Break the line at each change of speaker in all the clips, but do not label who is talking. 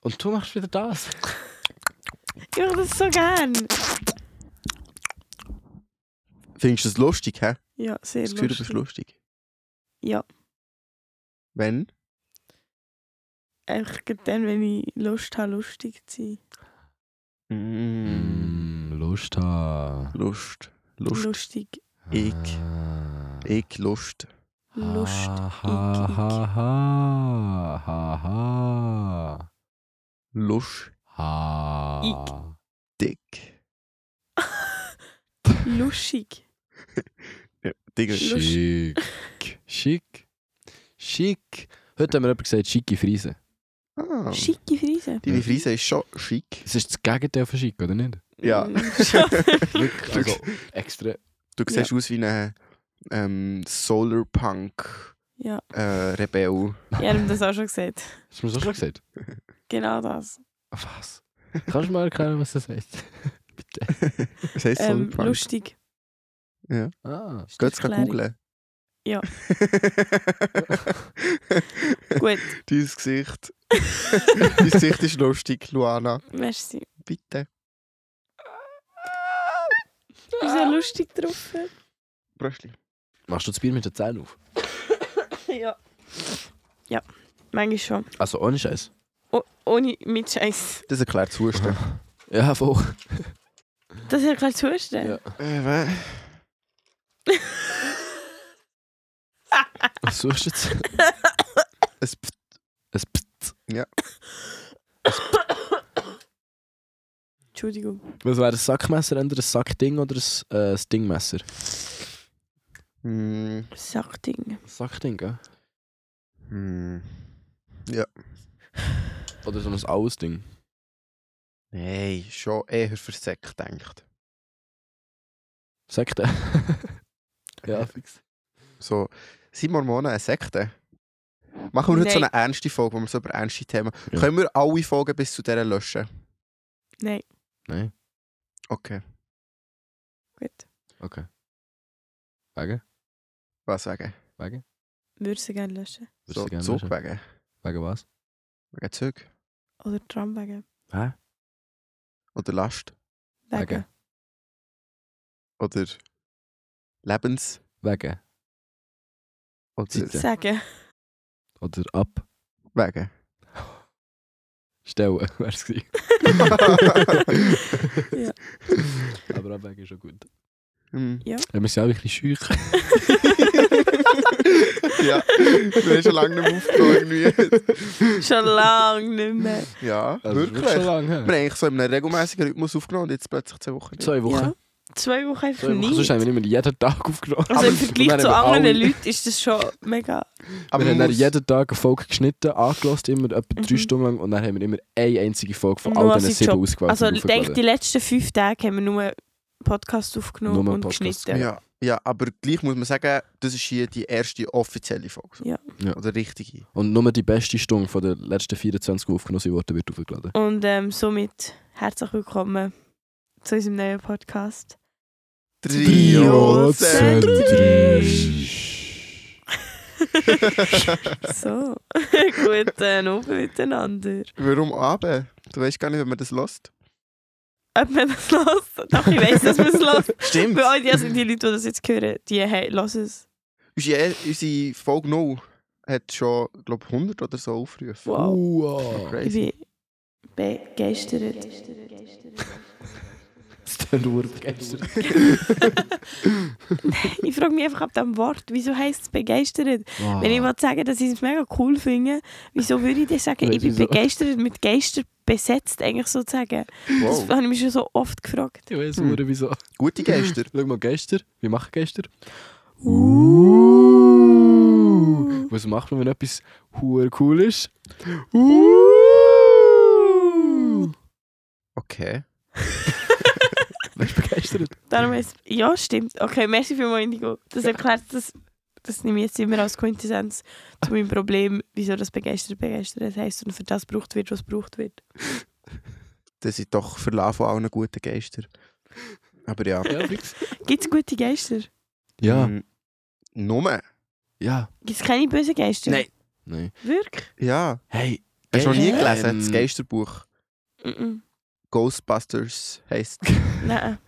Und du machst wieder das.
Ich mache das so gern.
Findest du das lustig, hä?
Ja, sehr
Das Gefühl, du bist lustig.
Ja,
Wenn?
einfach gerade dann, wenn ich Lust habe, lustig zu sein.
Mm, Lust haben.
Lust. Lust.
Lustig.
Ich.
Ah.
Ich, Lust. Ah.
Lust.
Ha,
ich,
ha,
ich.
ha, ha, ha, ha,
Lust.
ha.
Dick.
Luschig.
Digga.
Lust.
Schick. Schick. Schick. Heute haben wir jemand gesagt, schicke Frise.
Ah,
Schicke Frise.
Deine Frise ist schon schick.
Das ist das Gegenteil von schick, oder nicht?
Ja.
Mm, schon.
Wirklich.
Also, extra.
Du siehst aus wie ein ähm, Solarpunk
ja.
äh, Rebell.
Ich habe ihm das auch schon gesagt.
Hast du mir so schon gesagt?
Genau das.
Was? Kannst du mal erklären, was das heißt? Bitte.
Was heisst
Ähm,
Solarpunk? Lust.
lustig.
Ah.
Geht's kann
Erklärung.
googeln.
Ja.
Dein
Gut,
Gesicht. Dein Gesicht ist lustig, Luana.
merci.
Bitte.
Du bist ja lustig drauf.
Bröschli.
Machst du das Bier mit der Zähne auf?
ja. Ja, manchmal schon.
Also ohne Scheiß.
Oh, ohne mit Scheiß.
Das erklärt das Husten.
Ja, voll.
Das ist ja klar zustellen.
Ja.
Äh, wä-
Was suchst du jetzt?
Es pf-
Ein Pst.
Entschuldigung.
Was wäre ein Sackmesser? Entweder ein Sackding oder ein, äh, ein Dingmesser?
Hm.
Sackding.
Sackding, gell?
Hm.
Oder so ein alles Ding.
Nein, schon eher versäckt denkt.
Sekte. ja, fix.
So, sind Mormonen eine Sekte? Machen wir heute so
Nein.
eine ernste Folge, wo wir so über ernste Themen.
Ja.
Können wir alle Folgen bis zu dieser löschen?
Nein,
Nein,
Okay,
gut.
okay. Wegen?
was sagen?
Wegen?
Würde sie gerne löschen.
Würdest
So,
du gerne
Zug
löschen?
wegen.
Wegen was?
Wegen Zug.
Oder Tram wegen.
Hä?
Oder Last.
Wegen.
Wegen.
Oder Lebens.
Wegen.
Oder
Zeiten.
Sagen.
Oder ab.
wegen.
Stellen, wär's gewesen.
Ja.
Aber abwägen ist schon gut.
Hm.
Ja, wir sind auch ein bisschen schüch.
ja, du hast schon lange nicht mehr aufgehört. irgendwie.
Schon lange nicht mehr.
ja, wirklich.
schon
Wir
lange.
haben eigentlich so in einem regelmäßigen Rhythmus aufgenommen und jetzt plötzlich zwei Wochen. nicht.
Zwei Wochen.
Ja. Zwei Wochen einfach
Zwei Wochen. Sonst haben
nicht.
wir nicht mehr jeden Tag aufgenommen.
Also im Vergleich zu anderen
alle-
Leuten ist das schon mega.
Aber
wir haben
man
dann
muss-
jeden Tag eine Folge geschnitten, angelost, immer etwa drei
Mhm.
Stunden lang und dann haben wir immer eine einzige Folge von
Und nur
all diesen
unsere
sieben
Job.
ausgewählt.
Also
und
ich denke, die
hochgeladen.
letzten fünf Tage haben wir nur Podcast aufgenommen
Nur
und
Podcast.
geschnitten.
Ja, ja, aber gleich muss man sagen, das ist hier die erste offizielle Folge. so.
Ja.
Ja.
Oder richtige.
Und nur die beste Stunde von der letzten 24 aufgenommen wurde, wird aufgeladen.
Und ähm, somit herzlich willkommen zu unserem neuen Podcast. Trio So, guten Abend miteinander.
Warum Abend? Du weißt gar nicht, wenn man das lässt.
Ob man das hört? Doch, ich weiss, dass man es hört.
Stimmt.
Bei euch, also die Leute, die das jetzt hören, die hey, hören es.
unsere, unsere Folge 0 hat schon, glaube 100 oder so Aufrufe.
Wow.
Wow.
Ich
Crazy.
bin begeistert.
Das ist der Urbegeisterte.
Ich frage mich einfach ab dem Wort, wieso heisst es begeistert?
Ah.
Wenn ich wollte sagen, dass ich es mega cool finde, wieso würde ich denn sagen, ich
Weiss
bin
wieso?
begeistert mit Geister besetzt, eigentlich sozusagen? Das
Wow.
habe ich mich schon so oft gefragt.
Ich weiss
Hm.
nur, wieso.
Gute Geister.
Schau mal, Geister. Wie machen Geister? Was macht man, wenn etwas huere cool ist? Uh.
Okay.
Bist du begeistert?
Darum ist, ja, stimmt. Okay, merci vielmals, Indigo. Das erklärt das. Das nehme ich jetzt immer als Quintessenz zu meinem Problem, wieso das begeistert begeistert heisst und für das gebraucht wird, was gebraucht wird.
Das sind doch Verlauf von allen guten Geister. Aber ja.
Ja, fix.
Gibt es gute Geister?
Ja,
Mm, Nummer.
ja.
Gibt es keine bösen Geister?
Nein.
Nein.
Wirklich?
Ja.
Hey,
Hast du noch nie
Hä?
gelesen? Das
Ähm,
Geisterbuch.
Mhm.
Ghostbusters heisst.
Nein.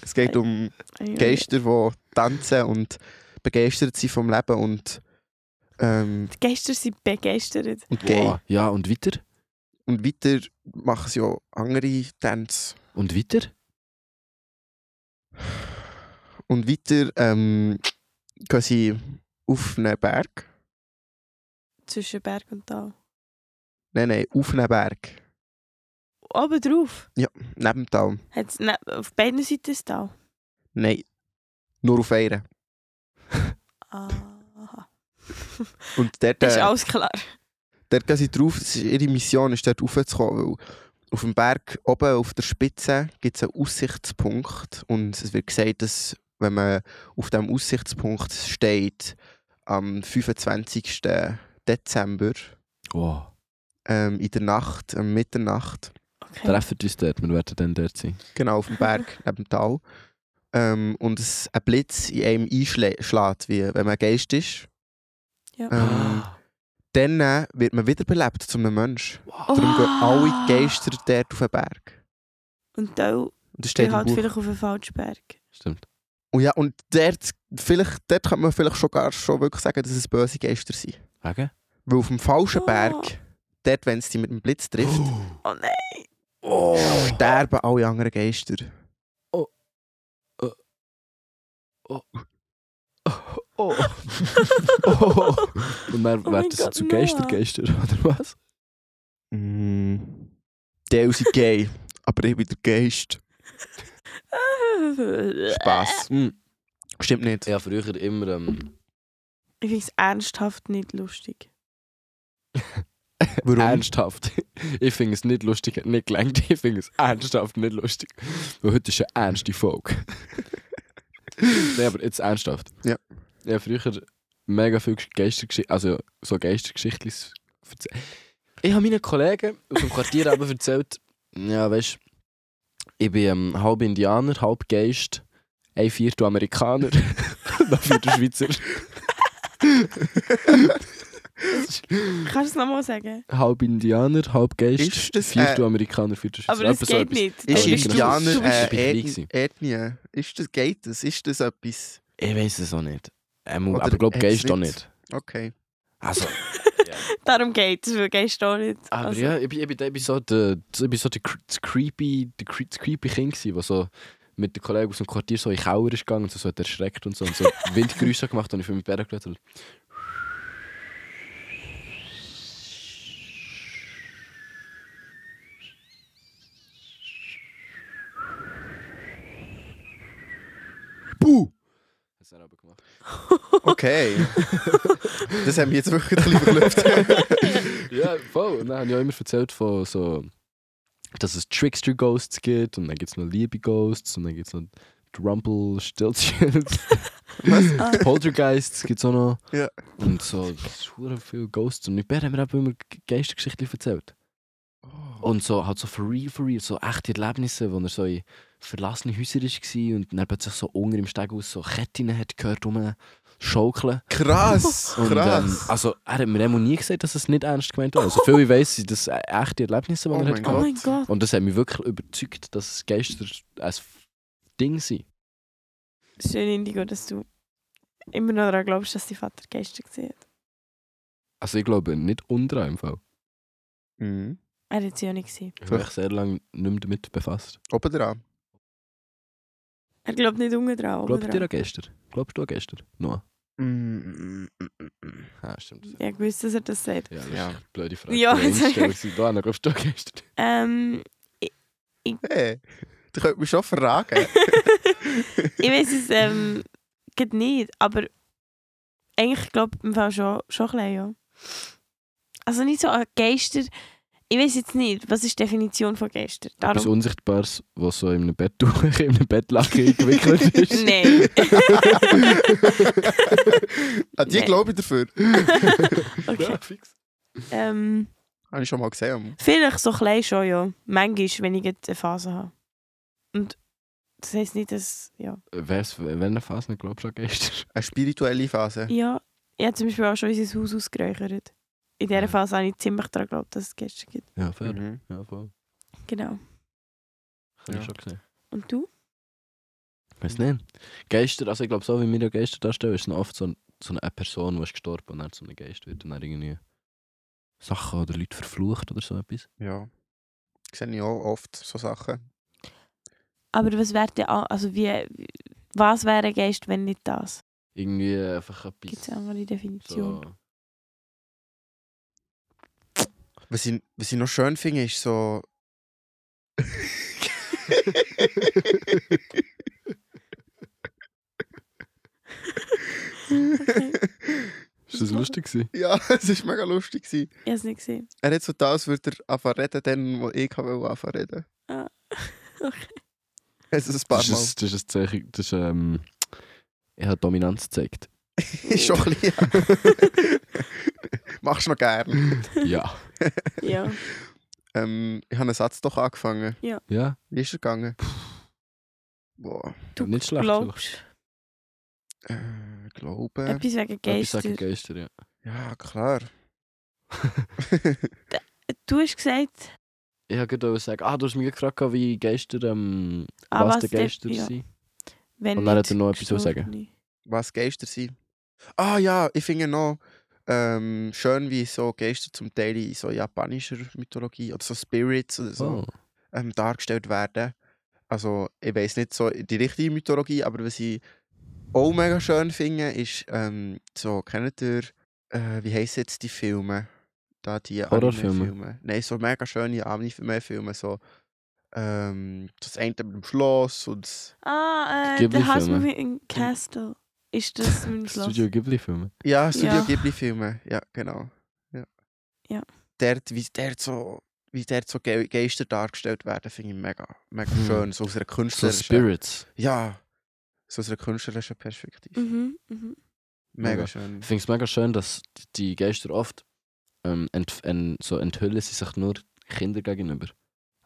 Es geht um Geister, die tanzen und begeistert sind vom Leben und, ähm,
Die Geister sind begeistert.
und gay.
Wow. oh, Ja, und weiter?
Und weiter machen sie ja andere Tänze.
Und weiter?
Und weiter ähm, gehen sie auf einen Berg.
Zwischen Berg und Tal.
Nein, nein, auf einen Berg.
Oben drauf.
Neben dem Tal.
Hat's ne auf beiden Seiten ein Tal.
Nein. Nur auf einen.
Aha.
Und dort,
Das ist
äh,
alles klar.
dort gehen sie drauf. Das ist ihre Mission ist, dort raufzukommen. Weil auf dem Berg oben auf der Spitze gibt es einen Aussichtspunkt. Und es wird gesagt, dass wenn man auf diesem Aussichtspunkt steht, am 25. Dezember,
Wow.
ähm, in der Nacht, um Mitternacht,
Okay.
Treffen uns dort, wir werden dann dort sein.
Genau, auf dem Berg, neben dem Tal. Ähm, und es ein Blitz in einem einschlägt, wie wenn man ein Geist ist.
Ja.
Ähm, dann äh, wird man wiederbelebt zu einem Mensch.
Wow.
Darum gehen
Ah.
alle Geister dort auf den Berg.
Und da
Und das steht
steht
im
halt
Buch.
vielleicht auf einem Falschberg.
Stimmt.
Und, ja, und dort, vielleicht, dort kann man vielleicht schon gar schon wirklich sagen, dass es böse Geister sind.
Wegen?
Weil auf dem falschen
Oh.
Berg, dort, wenn es dich mit dem Blitz trifft,
Oh nein.
Oh.
sterben alle anderen Geister.
Oh. oh. Und dann
Oh mein
werden sie
Gott,
zu
Noah.
Geistergeister, oder was?
Mm. Teil sind gay, aber ich bin der Geist. Spass. Stimmt nicht.
Ja, früher immer. Ähm,
Ich finde es ernsthaft nicht lustig.
Warum?
ernsthaft. Ich finde es nicht lustig, hat nicht gelangt. Ich finde es ernsthaft nicht lustig. Weil heute ist eine ernste Folge. Nein, aber jetzt ernsthaft.
Ja.
Ja, früher mega viel Geistergeschichten, also so Geistergeschichten erzählt. Ich habe meinen Kollegen aus dem Quartier eben erzählt, ja, weißt ich bin ähm, halb Indianer, halb Geist, ein Viertel Amerikaner, ein Viertel Schweizer.
Kannst du es nochmal sagen?
halb Indianer, halb Geist,
Ist das, äh,
Viertel Amerikaner, Viertel Schweizer.
Aber das
Etwa so
geht
etwas.
nicht.
Ist
Aber
Dann bist du-
Indianer,
du bist-
Indianer
bist-
äh,
Ich bin
Ethn Ethnie? Ist das, geht das? Ist das etwas?
Ich weiß es auch nicht. Ähm,
Oder
aber ich glaube,
hat's
Geist auch
nicht?
nicht.
Okay.
Also,
Darum geht es, weil Geist auch nicht.
aber
Also,
ja, ich bin, ich, bin, ich bin so der, ich bin so der, cre- das creepy, der cre- das creepy Kind gsi, der so mit den Kollegen aus dem Quartier so in den Keller ist gegangen und so, so hat erschreckt und so und so Windgeräusche gemacht und ich für mich Bären gehört habe. Buh! Hat's dann aber gemacht.
Okay. das haben wir jetzt wirklich ein bisschen überlüftet.
Ja, voll. Und dann habe ich auch immer erzählt von so, dass es Trickster-Ghosts gibt und dann gibt es noch Liebe-Ghosts und dann gibt es noch Drumpel-Stilzchen.
Was?
Ah. Poltergeists gibt es auch noch.
Ja.
Und so, super viele Ghosts. Und ich haben mir auch immer Ge- Geistergeschichten erzählt.
Oh.
Und so, halt so for real, for real, so echte Erlebnisse, wo er so in verlassenen Häusern war und dann plötzlich so unter im Steg aus so Ketten hat gehört, rumschaukeln.
Krass,
Und, ähm,
krass.
also, er hat mir immer nie gesagt, dass es nicht ernst gemeint war. Also, viel ich weiss, sind das echte Erlebnisse, die
Oh
er
mein
hat
oh
gehabt.
mein Gott.
Und das hat mich wirklich überzeugt, dass Geister ein Ding sind.
Schön, Indigo, dass du immer noch daran glaubst, dass dein Vater Geister gesehen hat.
Also, ich glaube, nicht unter einem Fall.
Mhm.
Er hat sie ja nicht gesehen.
Ich habe mich sehr lange nicht mehr damit befasst.
Oben dran.
Er glaubt nicht unten dran. oben
Glaubt ihr
dran.
an Geister? Glaubst du an Geister? Noah?
Mm,
Mhm.
Ah, stimmt.
Ja, ich wusste, dass er das sagt.
Ja, das
Ja.
ist eine blöde Frage.
Ja,
Die
jetzt-
Einstellung war, Noah, glaubst du an Geister?
Ähm,
Hey, du könntest mich schon fragen.
ich weiß es ähm, geht nicht, aber eigentlich glaube ich im Fall schon, schon ein bisschen, ja. Also nicht so an Geister. Ich weiß jetzt nicht, was ist die Definition von Geister?
Etwas
Darum.
Unsichtbares, was so in einem Bett, in einem Bettlaken eingewickelt ist.
Nein.
An die
Nee.
glaube ich dafür.
Okay.
Ja, fix.
Ähm,
Habe ich schon mal gesehen.
vielleicht so klein schon, ja. Manchmal, wenn ich gerade eine Phase habe. Und das heisst nicht, dass. Ja.
Wär's, wenn eine Phase nicht glaubst du an Geister?
Eine spirituelle Phase.
Ja, ich habe zum Beispiel auch schon unser Haus ausgeräuchert. in dieser
Ja.
Phase habe ich ziemlich daran geglaubt, dass es Geister gibt.
Ja, fair.
Mhm.
Ja, voll.
Genau.
Kann
Ja.
ich schon sehen.
Und du?
Weiß nicht. Geister, also ich glaube, so wie wir ja Geister darstellen, ist es noch oft so, ein- so eine Person, die ist gestorben und dann zu einem Geist wird und dann irgendwie Sachen oder Leute verflucht oder so etwas.
Ja. Sehe ich auch oft so Sachen.
Aber was wäre denn, an- also wie, was wäre ein Geist, wenn nicht das?
Irgendwie einfach etwas.
Gibt es eine andere Definition?
so.
Was ich, was ich noch schön finde, ist so.
Okay.
Ist das lustig gewesen?
ja, es war mega lustig. Gewesen.
Ich habe es nicht gesehen.
Er hat so da, als würde er anfangen zu reden, dann, wo ich anfangen zu reden.
Ah. Okay.
Also ein paar
Das
Mal.
ist, ein- das ist ein Zeichen, das ist, ähm, ich habe Dominanz gezeigt.
Schon ein bisschen. ja. Machst du noch gern.
Ja.
Ja.
Ähm, ich habe einen Satz doch angefangen.
Ja,
Wie ist er gegangen? Boah.
Du
nicht schlecht. vielleicht.
Glaubst
Äh,
du?
glaube.
Etwas wegen
Etwas
Geister?
sagen Geister, ja.
Ja, klar.
Du hast gesagt,
Ich habe gerade sagen, ah, du hast mich gefragt, wie Geister, ähm,
ah,
was,
was,
die
der-
Geister
ja,
sind.
wenn
Und dann
nicht
hat er noch etwas zu
gestorben
sagen.
ist.
Was Geister sind. Ah ja, ich finde noch ähm, schön, wie so Geister zum Teil in so japanischer Mythologie oder so Spirits oder so.
Oh.
ähm, dargestellt werden. Also, ich weiß nicht so die richtige Mythologie, aber was ich auch mega schön finde, ist ähm, so, kennt ihr, äh, wie heissen jetzt die Filme? Da die
Horrorfilme?
Anime-Filme. Nein, so mega schöne Anime-Filme, so ähm, das eine mit dem Schloss und das,
Ah,
Die
äh, The House
Ghibli-Filme.
Moving in Castle. Ist das mein Schloss?
Studio Ghibli-Filme.
ja, Studio
Ja.
Ghibli-Filme, ja, genau. Ja.
Ja.
Dort, wie dort so, wie dort so Ge Geister dargestellt werden, finde ich mega, mega
Hm.
schön, so aus einer
So
künstlerischen
Spirits.
Ja, so aus einer künstlerischen Perspektive.
Mhm, mhm.
Mega
Mega.
schön.
Ich finde es mega schön, dass die Geister oft ähm, ent, en, so enthüllen sie sich nur Kinder gegenüber.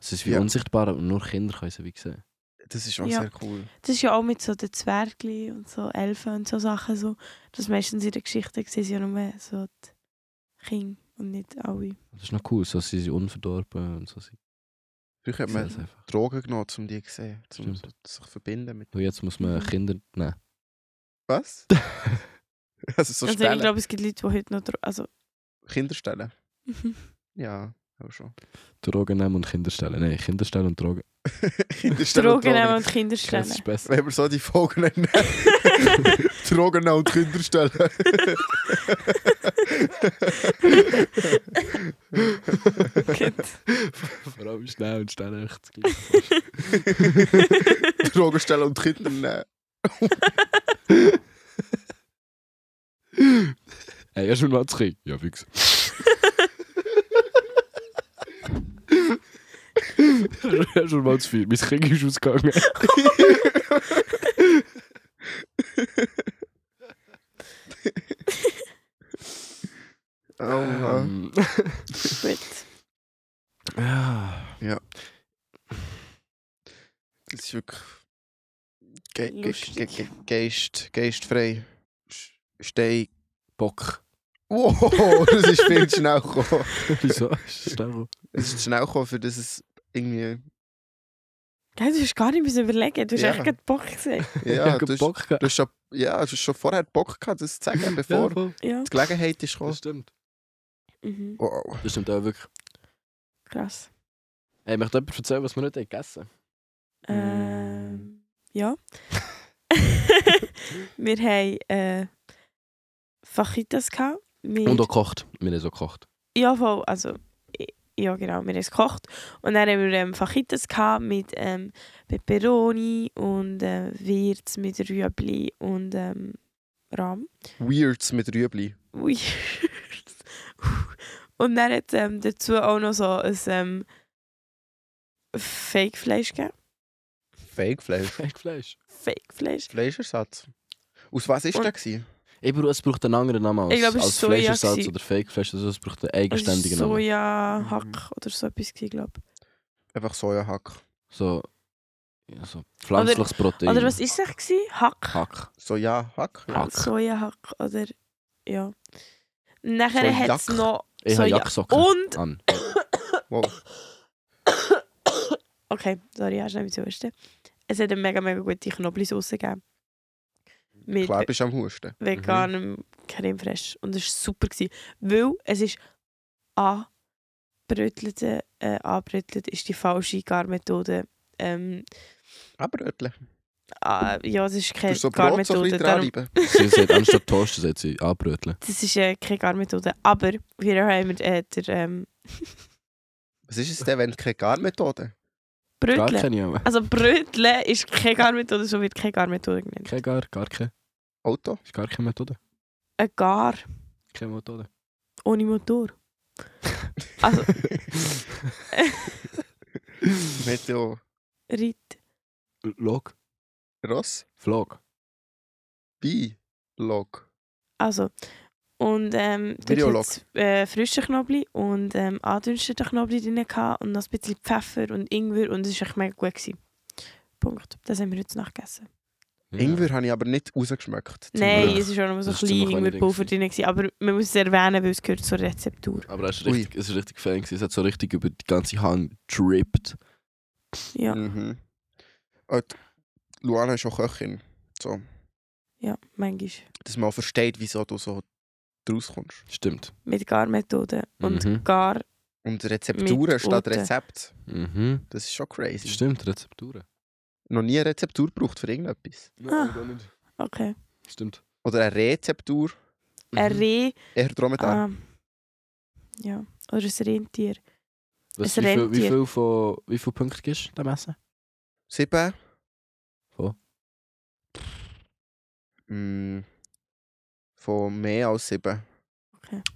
Es ist wie
Ja.
unsichtbar und nur Kinder können sie wie sehen.
Das ist auch
Ja.
sehr cool.
Das ist ja auch mit so den Zwergli und so Elfen und so Sachen so. Das meistens in der Geschichte sehen sie ja nur so die Kinder und nicht alle.
Das ist noch cool, so sie sind unverdorben und so. Sie
Früher hat
sehen
man
es einfach.
Drogen genommen, um die zu sehen, um
Stimmt.
sich zu verbinden mit.
Und jetzt muss man
Mhm.
Kinder nehmen.
Was? also
also
so
ich
Stellen.
glaube, es gibt Leute, die heute noch... dr- Also,
Kinderstellen. Ja, auch schon.
Drogen nehmen und Kinder stellen. Nein, Kinder stellen und Drogen.
Kinderstellen. und
Drogen nehmen und Kinder
Das
stellen.
ist besser.
Wenn wir so die Folgen nennen. Drogen nehmen und Kinderstellen.
Vor allem schnell und stellen echt das
Drogen stellen und Kinder nehmen.
Gleiche. Ey, hast du noch zu Kind? Ja, fix. Ja, schon mal zu viel. Mein Kind ist ausgegangen.
Oh, Mann.
Ähm,
Gut.
ja.
Das ist wirklich. Ge ge
Lustig.
ge ge geist, geistfrei. Sch- Stei.
Bock.
Wow, das ist viel zu schnell gekommen.
Wieso? Ist das schnell gekommen?
Es ist zu schnell gekommen, für das es irgendwie.
Gell, du hast gar nicht müssen überlegen, du hast
Ja.
echt gerade Bock gesehen.
Ich
Ja,
hab
du hast, du
Bock gehabt.
hast schon, ja, du hast schon vorher Bock gehabt, das zu sagen, bevor
Ja, voll.
Ja.
die Gelegenheit ist
das
gekommen.
stimmt.
Mhm.
Wow.
Das stimmt auch wirklich.
Krass.
Ey, möchte jemand erzählen, was wir nicht haben gegessen haben? Mm.
Ähm, ja. wir haben äh, Fajitas gehabt. Mit,
Und auch gekocht. Wir haben so gekocht.
ja, voll, also i- ja genau, wir haben es gekocht. Und dann haben wir ähm, Fajitas gehabt mit ähm, Peperoni und äh, Wirz mit Rüebli und ähm, Rahm.
Weirds mit Rüebli.
Ui. und dann hat ähm, dazu auch noch so ein ähm, Fake-Fleisch gegeben.
Fake Fleisch.
Fake Fleisch.
Fake-Fleisch.
Fleischersatz. Aus was ist
Und-
der? Gewesen?
Ich brauche, es braucht einen anderen Namen als,
Ich glaub, es
als
war Soja
Fleischersatz
gewesen.
oder Fake Fleisch. Also es braucht einen
Es ist
eigenständigen Namen.
Soja-Hack
Mhm.
oder so etwas, glaube
Einfach Sojahack.
So, ja, so pflanzliches Protein.
ich. Oder was ist es? gewesen? Hack?
Hack.
Sojahack?
Hack.
Soja-Hack oder ja. Nachher
Sojack.
hat es noch
Ich
So,
habe
ja.
Jacksocken
Und.
an.
Okay, sorry, hast du nicht zuerst. Es hat eine mega, mega gute Knoblauchsauce gegeben. Mit äh,
Klar bist du am Husten.
veganem
Mhm.
Creme Fraiche. Und es war super. Gewesen, weil es ist anbrötelte, äh, anbrötelt ist die falsche Garmethode. Ähm,
Aber Ötle.
Äh, ah, ja, es ist
Du
keine
musst so Brot so ein
Garmethode.
bisschen
darum,
dranreiben.
Sie sagt, anstatt Toast, sagt sie anbröteln.
das ist äh, keine Garmethode. Aber wir haben äh, der ähm,
Was ist es denn, wenn keine Garmethode?
Gar
Brötle.
keine. aber-
Also Brötle ist keine Garmethode, so wird keine Garmethode genannt.
Keine gar, gar keine.
Auto?
Ist gar keine Methode.
Ein Gar
Keine Methode.
ohne Motor. Also
Meteo?
Reit.
Log.
Ross?
Vlog.
Bi? Log?
Also, und ähm, dort
Videolog.
hat's, äh, frischen Knoblauch und ähm, andünsteten Knoblauch drin gehabt und noch ein bisschen Pfeffer und Ingwer und es war echt mega gut. Gewesen. Punkt. Das haben wir heute Nacht gegessen.
Ja.
Ingwer habe ich aber nicht rausgeschmeckt. zum
Nein,
Glück.
es war auch noch so ein
Das ist ziemlich
bisschen
kleine
Ingwerpulver drin, gewesen, aber man muss es erwähnen, weil es gehört zur Rezeptur.
Aber es ist
Ui.
richtig, es ist richtig Fan. gewesen. Es hat so richtig über die ganze Hand drippt.
Ja,
Mhm. Und Luana ist auch Köchin. So,
ja, manchmal.
dass man auch versteht, wieso du so draus kommst.
Stimmt.
Mit Garmethoden und
Mhm.
Gar...
Und Rezepturen
Mit
statt
Ute.
Rezept.
Mhm.
Das ist schon crazy.
Stimmt, Rezepturen.
Noch nie eine Rezeptur gebraucht für irgendetwas.
Ah. Okay.
Stimmt.
Oder eine Rezeptur.
Mhm.
Ein Reh...
Eher Dromedar.
Ah, ja, oder ein Rentier.
Was, wie,
ein
viel, wie,
Rentier.
viel von, wie viele Punkte gibst du dem Essen?
Sieben.
Von?
Mm, von mehr als sieben.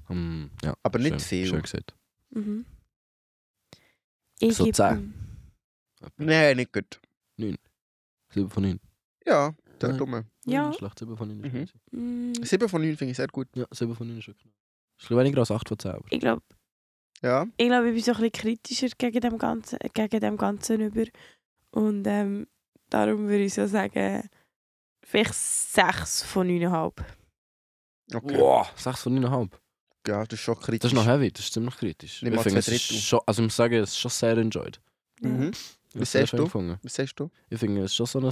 Hm, ja,
Aber nicht
schön,
viel.
Schön gesagt.
Mhm. Ich
So
gebe
zehn.
ihm-
Nein, nicht gut.
7 von 9.
Ja, der
Nein.
dumme.
Ja,
Schlecht, 7 von 9 ist
Mhm.
crazy.
mm,
Sieben von neun finde ich sehr gut.
Ja, 7 von 9 ist wirklich. Ist ein bisschen weniger als 8 von 10. Aber.
ich glaube,
Ja.
ich, glaub, ich bin so ein bisschen kritischer gegen dem Ganzen, äh, gegen dem Ganzen über. Und ähm, darum würde ich so sagen, vielleicht 6 von 9,5.
Okay.
Wow, 6 von 9,5.
Ja, das ist schon kritisch.
Das ist noch heavy, das ist ziemlich kritisch.
Nimm
ich
mal
finde, es
zwei
ist
Drittel.
schon, also ich muss sagen, es ist schon sehr enjoyed.
Ja.
mhm.
Ich habe es
Was
sehr
sagst
schön
du?
gefunden.
Was sagst du?
Ich finde, es ist schon so ein
Mal,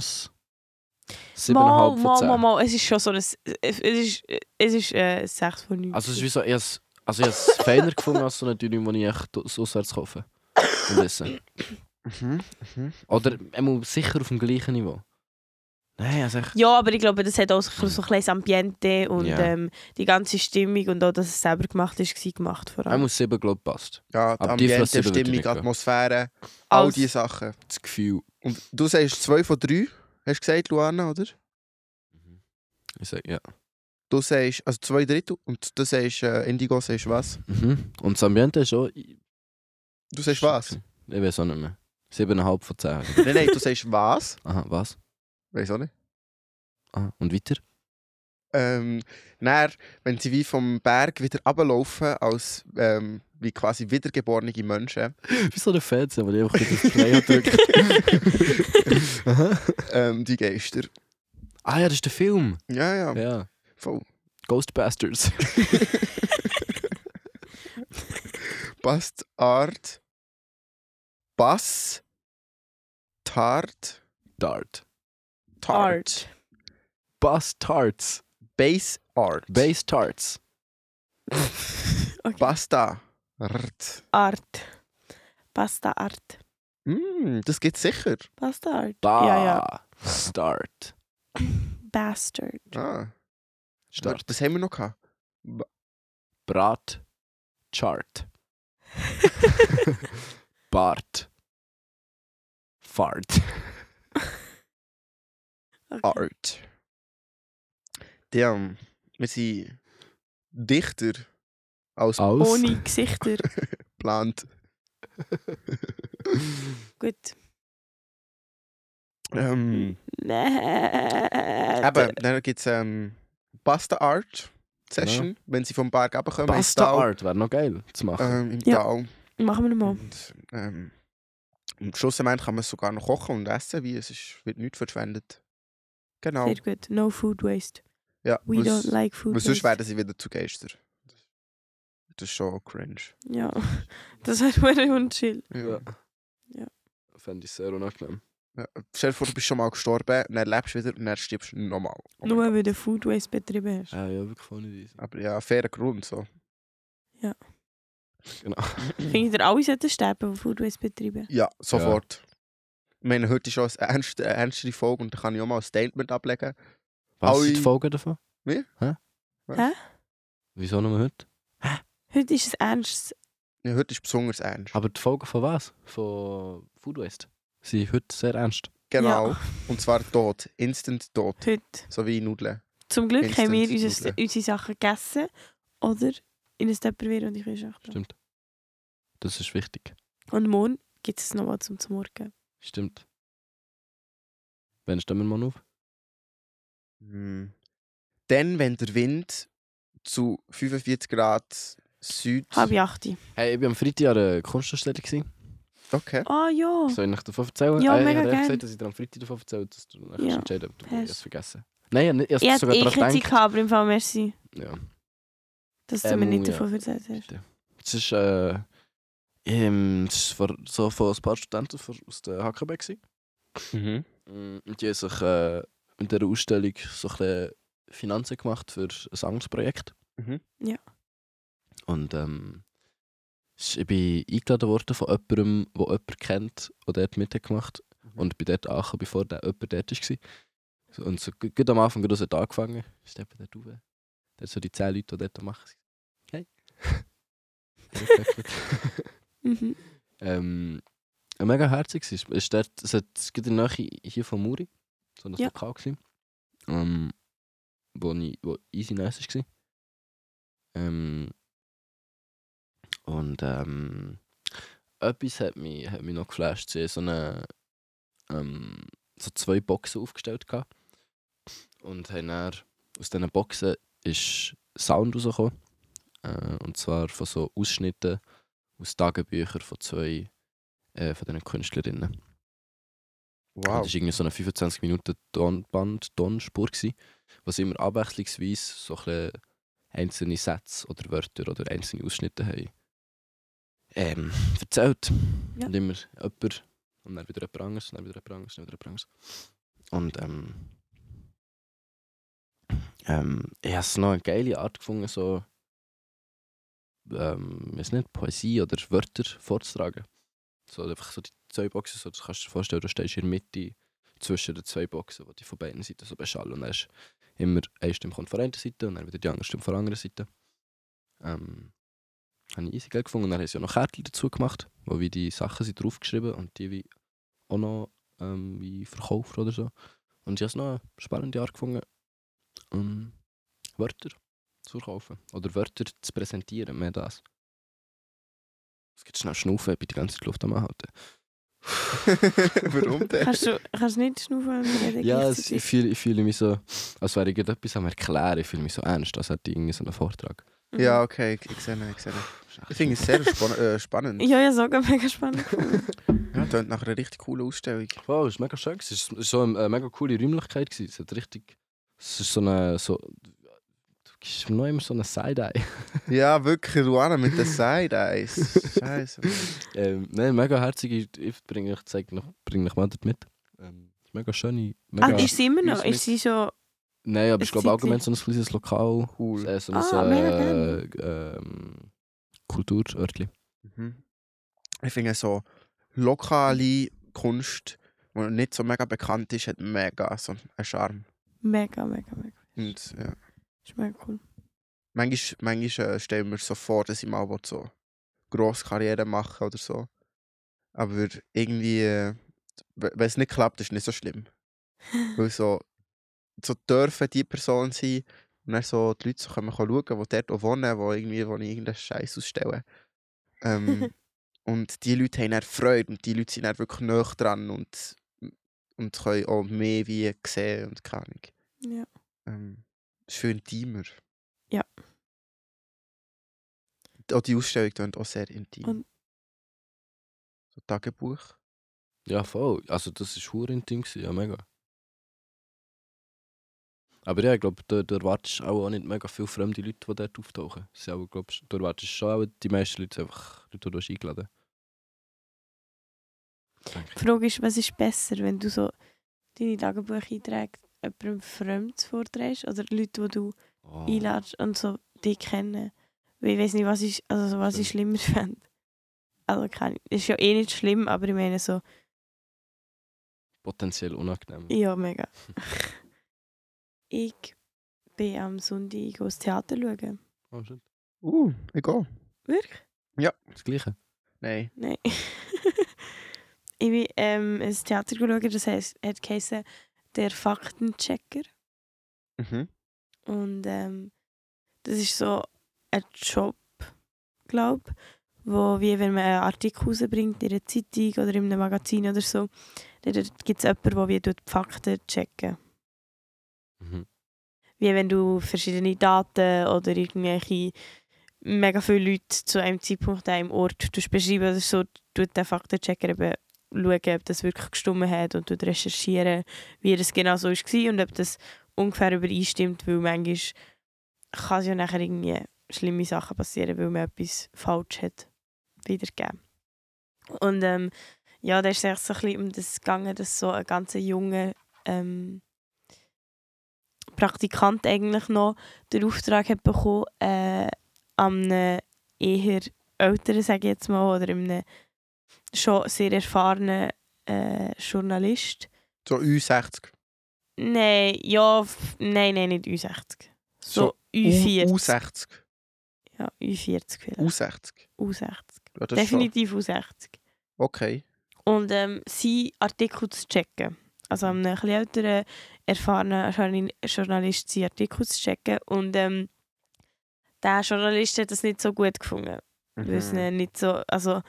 7,5
mal, mal,
von 10.
mal, es ist schon so ein. Es ist, es ist äh, 6 von 9.
Also es ist wie so, ich habe es- also ich habe es feiner gefunden als so eine Dynamo, die ich echt aus- auswärts kaufe. Und esse.
Mhm. Mhm.
Oder er muss sicher auf dem gleichen Niveau. Nein, also echt.
ja, aber ich glaube, das hat auch so ein so ein kleines Ambiente und
Ja.
ähm, die ganze Stimmung und auch, dass es selber gemacht ist, war gemacht vor
Er
Ähm,
allem.
muss 7, glaube ich, passt.
Ja, die
Aber die
Ambiente,
Fresse würde ich
Stimmung,
nicht geben.
Atmosphäre, all
Alles.
diese Sachen.
Das Gefühl.
Und du sagst zwei von drei, hast du gesagt, Luana, oder?
Ich sage, ja.
Du sagst, also zwei Drittel und du sagst, äh, Indigo sagst was?
Mhm. Und das Ambiente ist auch... Ich
Du sagst was?
Ich weiß auch nicht mehr. 7,5 von 10.
nein, nein, du sagst was?
Aha, was?
Weiß auch nicht.
Aha. Und weiter?
Ähm, dann, wenn sie wie vom Berg wieder runterlaufen, als ähm, wie quasi wiedergeborene Menschen,
Wie so ein Fernseher, weil ich einfach nicht das Play drücke.
ähm, die Geister.
ah ja, das ist der Film.
Ja, ja,
Ja.
voll.
Ghostbusters.
Bastard. Bass. Tart.
Dart.
Tart.
Bastards.
Base Art.
Bastards.
Okay.
Basta. Art.
Art. Pasta Art.
Mm, das geht sicher.
Pasta Art.
Ba.
Ja, ja.
Start.
Bastard.
Ah,
Start.
Das haben wir noch gehabt. Ba-
Brat. Chart. Bart. Fart.
Okay.
Art. Damn. Wir sind dichter als
Aus.
Ohne Gesichter.
geplant.
Gut.
Ähm,
Hm.
Nee.
eben, dann gibt es ähm, Pasta Art Session, wenn sie vom Berg runterkommen. ins Tal,
Bastard wäre noch geil zu Genau. machen.
Ähm, Im
Ja. genau.
Tal.
Machen wir mal.
Und, ähm, und schlussendlich kann man es sogar noch kochen und essen, wie es ist, wird nichts verschwendet. Genau.
Sehr gut. No food waste.
Ja,
We
was,
don't like food
was
waste.
sonst werden sie wieder zu Geister. Das ist schon cringe.
Ja. Das hat wäre unchill.
Oh
Ja.
Ja.
Fände ich sehr unangenehm.
Stell dir vor, du bist schon mal gestorben, dann lebst du wieder und dann stirbst du nochmal. Oh mein
Nur
Gott.
weil du Food Waste betrieben hast.
Äh, ja, wirklich vorne easy.
Aber ja, fairer Grund so. Genau.
Finde ich, ihr alle sollten sterben, die Food Waste betreiben.
Ja, sofort. Ich meine, heute ist schon eine ernst, eine ernstere Folge und da kann ich auch mal ein Statement ablegen.
Was
Alle-
sind die Folgen davon?
Wie?
Hä?
Hä?
Wieso nur heute?
Heute ist es ernst.
Ja, heute ist besonders ernst.
Aber die Folgen von was? Von Food Waste. Sind heute sehr ernst.
Genau. Und zwar tot. Instant tot.
Heute.
So wie Nudeln.
Zum Glück haben wir
Instant
unsere,
Nudeln.
unsere Sachen gegessen oder in ein Tupperware und in die Schachtel.
Stimmt. Das ist wichtig.
Und morgen gibt es noch was zum zum Morgen.
Stimmt. Wann stimmen wir mal auf?
Hm. Dann, wenn der Wind zu 45 Grad Süd.
Halb acht.
Hey, ich war am Freitag an der Kunstausstellung. gewesen.
Okay.
Ah ja.
Soll ich noch davon erzählen? Äh,
Ja,
ich
mega
habe dir
gern.
gesagt, dass ich dir am Freitag davon erzähle, dass du
Ja.
ja. entscheiden ob du
Hast.
es vergessen Nein, ich habe es
Ich hatte
sogar
eh
daran
keine Zeit,
gedacht.
gehabt, aber im Fall merci,
Ja.
dass du
Ähm,
mir nicht
ja.
davon erzählt hast.
Es ist, äh, ähm, es ist vor, so von ein paar Studenten vor- aus der HKB. gewesen.
Mhm.
Mm, Und die haben sich äh, mit dieser Ausstellung so ein bisschen Finanzen gemacht für ein anderes Projekt.
Mhm.
Ja.
Und ähm, es- ich bin eingeladen worden von jemandem, der jemanden kennt, der dort mitgemacht hat.
Mhm.
Und bin dort angekommen, bevor der, jemand dort war. So, Und so, gu- gut am Anfang, gut, als hat angefangen, ist jemand dort rauf. Dort so die zehn Leute, die dort am machen. sind. Hey.
Mhm.
ähm, ja, mega herzig war. Es, dort, es, hat, es gibt in der Nähe hier von Muri, so ein
Ja.
Lokal gewesen, ähm, wo, ich, wo easy nice war. Ähm, und ähm, etwas hat mich, hat mich noch geflasht. Sie haben so, eine, ähm, so zwei Boxen aufgestellt gehabt. und haben dann, aus diesen Boxen ist Sound rausgekommen. Äh, und zwar von so Ausschnitten aus Tagebüchern von zwei äh, von diesen Künstlerinnen. Und
Wow.
Das war irgendwie so eine 25 Minuten Tonband, Tonspur, gewesen, wo sie immer abwechslungsweise so ein bisschen einzelne Sätze oder Wörter oder einzelne Ausschnitte haben ähm, erzählt.
Ja.
Und immer jemand und dann wieder jemand anderes, und dann wieder jemand anderes, und dann wieder jemand anderes. Und ähm, ähm, ich habe es noch eine geile Art gefunden, so ähm, ich weiss nicht, Poesie oder Wörter vorzutragen. So, einfach so die zwei Boxen, so, das kannst du dir vorstellen, du stehst in der Mitte zwischen den zwei Boxen, die dich von beiden Seiten so beschallen. Und dann ist immer eine Stimme kommt von einer Seite und dann wieder die andere Stimme von der anderen Seite. Ähm, habe ich easy geil gefunden. Und dann haben sie auch noch Kärtchen dazu gemacht, wo wie die Sachen sind draufgeschrieben und die wie auch noch ähm, wie verkauft oder so. Und ich habe es noch eine spannende Art gefunden, ähm, Wörter zu verkaufen oder Wörter zu präsentieren, mehr das. Es geht schnell schnaufen, ich bin die ganze Zeit die Luft am Anhalten.
Warum denn?
Kannst du kannst du nicht schnaufen, wenn wir reden?
Ja, es, ich,
gleichzeitig?
fühle, ich fühle mich so, als wäre ich etwas am Erklären. Ich fühle mich so ernst, als hätte ich irgendwie so einen Vortrag.
Mhm.
Ja, okay, ich, ich sehe ihn, ich sehe ihn. Ich finde es sehr spann äh, spannend.
Mhm. Ja, ja, sogar mega spannend. gefunden.
Ja, klingt nach einer richtig coolen Ausstellung.
Wow, es war mega schön. gewesen. Es war so eine äh, mega coole Räumlichkeit. gewesen. Es hat richtig. Es ist so eine. So, du gibst mir noch immer so eine Side-Eye.
Ja, wirklich, Luana mit den Side-Eyes. Scheiße.
Ähm, nein, mega herzige. Ich bringe euch, zeig noch, bring euch mal dort mit. Ähm, es ist mega schöne. Mega,
Ach, Ah, ist sie immer noch?
Uns mit-
Ist sie so...
nein, aber ich
es
glaube
zeigt
allgemein so ein kleines Lokal.
Cool.
Äh, so ein
Ah, mega
äh, ähm, Kulturörtchen.
Mhm. Ich finde so lokale Kunst, die nicht so mega bekannt ist, hat mega so einen Charme.
Mega, mega, mega.
Und, ja.
Ist mega cool.
Manchmal, manchmal äh, stellen wir so vor, dass ich mal will so grosse Karriere machen oder so. Aber irgendwie, äh, we- wenn es nicht klappt, ist nicht so schlimm. Weil so, so dürfen die Person sein und dann so die Leute so können schauen, die dort auch wohnen, wo irgendwie wo ich irgendeinen Scheiß ausstellen. Ähm, und die Leute haben dann Freude und die Leute sind dann wirklich näher dran und, und können auch mehr wie sehen und keine Ahnung.
Ja.
Ähm, ist viel intimer.
Ja.
Auch die Ausstellung klingt auch sehr intim.
Und-
so Tagebuch.
Ja, voll. Also, das war hure intim. gewesen. Ja, mega. Aber ja, ich glaube, du, du erwartest auch, auch nicht mega viele fremde Leute, die dort auftauchen. Es sind auch, glaub, du erwartest schon auch die meisten Leute einfach, die du hast eingeladen Denke
Die Frage ist, was ist besser, wenn du so deine Tagebucheinträge jemandem Fremd vorträgst oder Leute, die du
ich. Oh.
einladest und so die kennen? Weil ich weiß nicht, was ich, also so was ich schlimmer fände. Also keine Ist ja eh nicht schlimm, aber ich meine so,
Potenziell unangenehm.
ja, mega. ich bin am Sonntag ins Theater schauen.
Oh, shit.
Uh, egal.
Wirklich?
das Gleiche.
Nein.
Nein. ich bin ähm, ins Theater schauen, das heisst, hat geheißen, der Faktenchecker.
Mhm.
Und ähm, das ist so ein Job, glaube ich, wo wie wenn man einen Artikel rausbringt in einer Zeitung oder in einem Magazin oder so, dann gibt es jemanden, der wie tut die Fakten checken.
Mhm.
Wie wenn du verschiedene Daten oder irgendwelche mega viele Leute zu einem Zeitpunkt an einem Ort tust beschreiben oder so, tut der Faktenchecker eben schauen, ob das wirklich gestimmt hat und tut recherchieren, wie das genau so war und ob das ungefähr übereinstimmt, weil manchmal kann es ja nachher irgendwie schlimme Sachen passieren, weil man etwas falsch hat wiedergegeben. Und ähm, ja, da ist es echt so ein bisschen um das gegangen, dass so ein ganz junger ähm, Praktikant eigentlich noch den Auftrag hat bekommen, äh, an einem eher älteren, sage ich jetzt mal, oder einem schon sehr erfahrenen äh, Journalist,
So U60.
Nein, ja, f- nein, nein, nicht U60. So,
U-
U40.
U60.
ja, U40 vielleicht.
U60.
U60.
Ja, das ist schon-
Definitiv U60.
Okay.
Und ähm, sein Artikel zu checken. Also einem etwas älteren, erfahrenen Journi- Journalist seinen Artikel zu checken. Und ähm, der Journalist hat das nicht so gut gefunden. Weil es
Mhm.
ihn nicht so, also,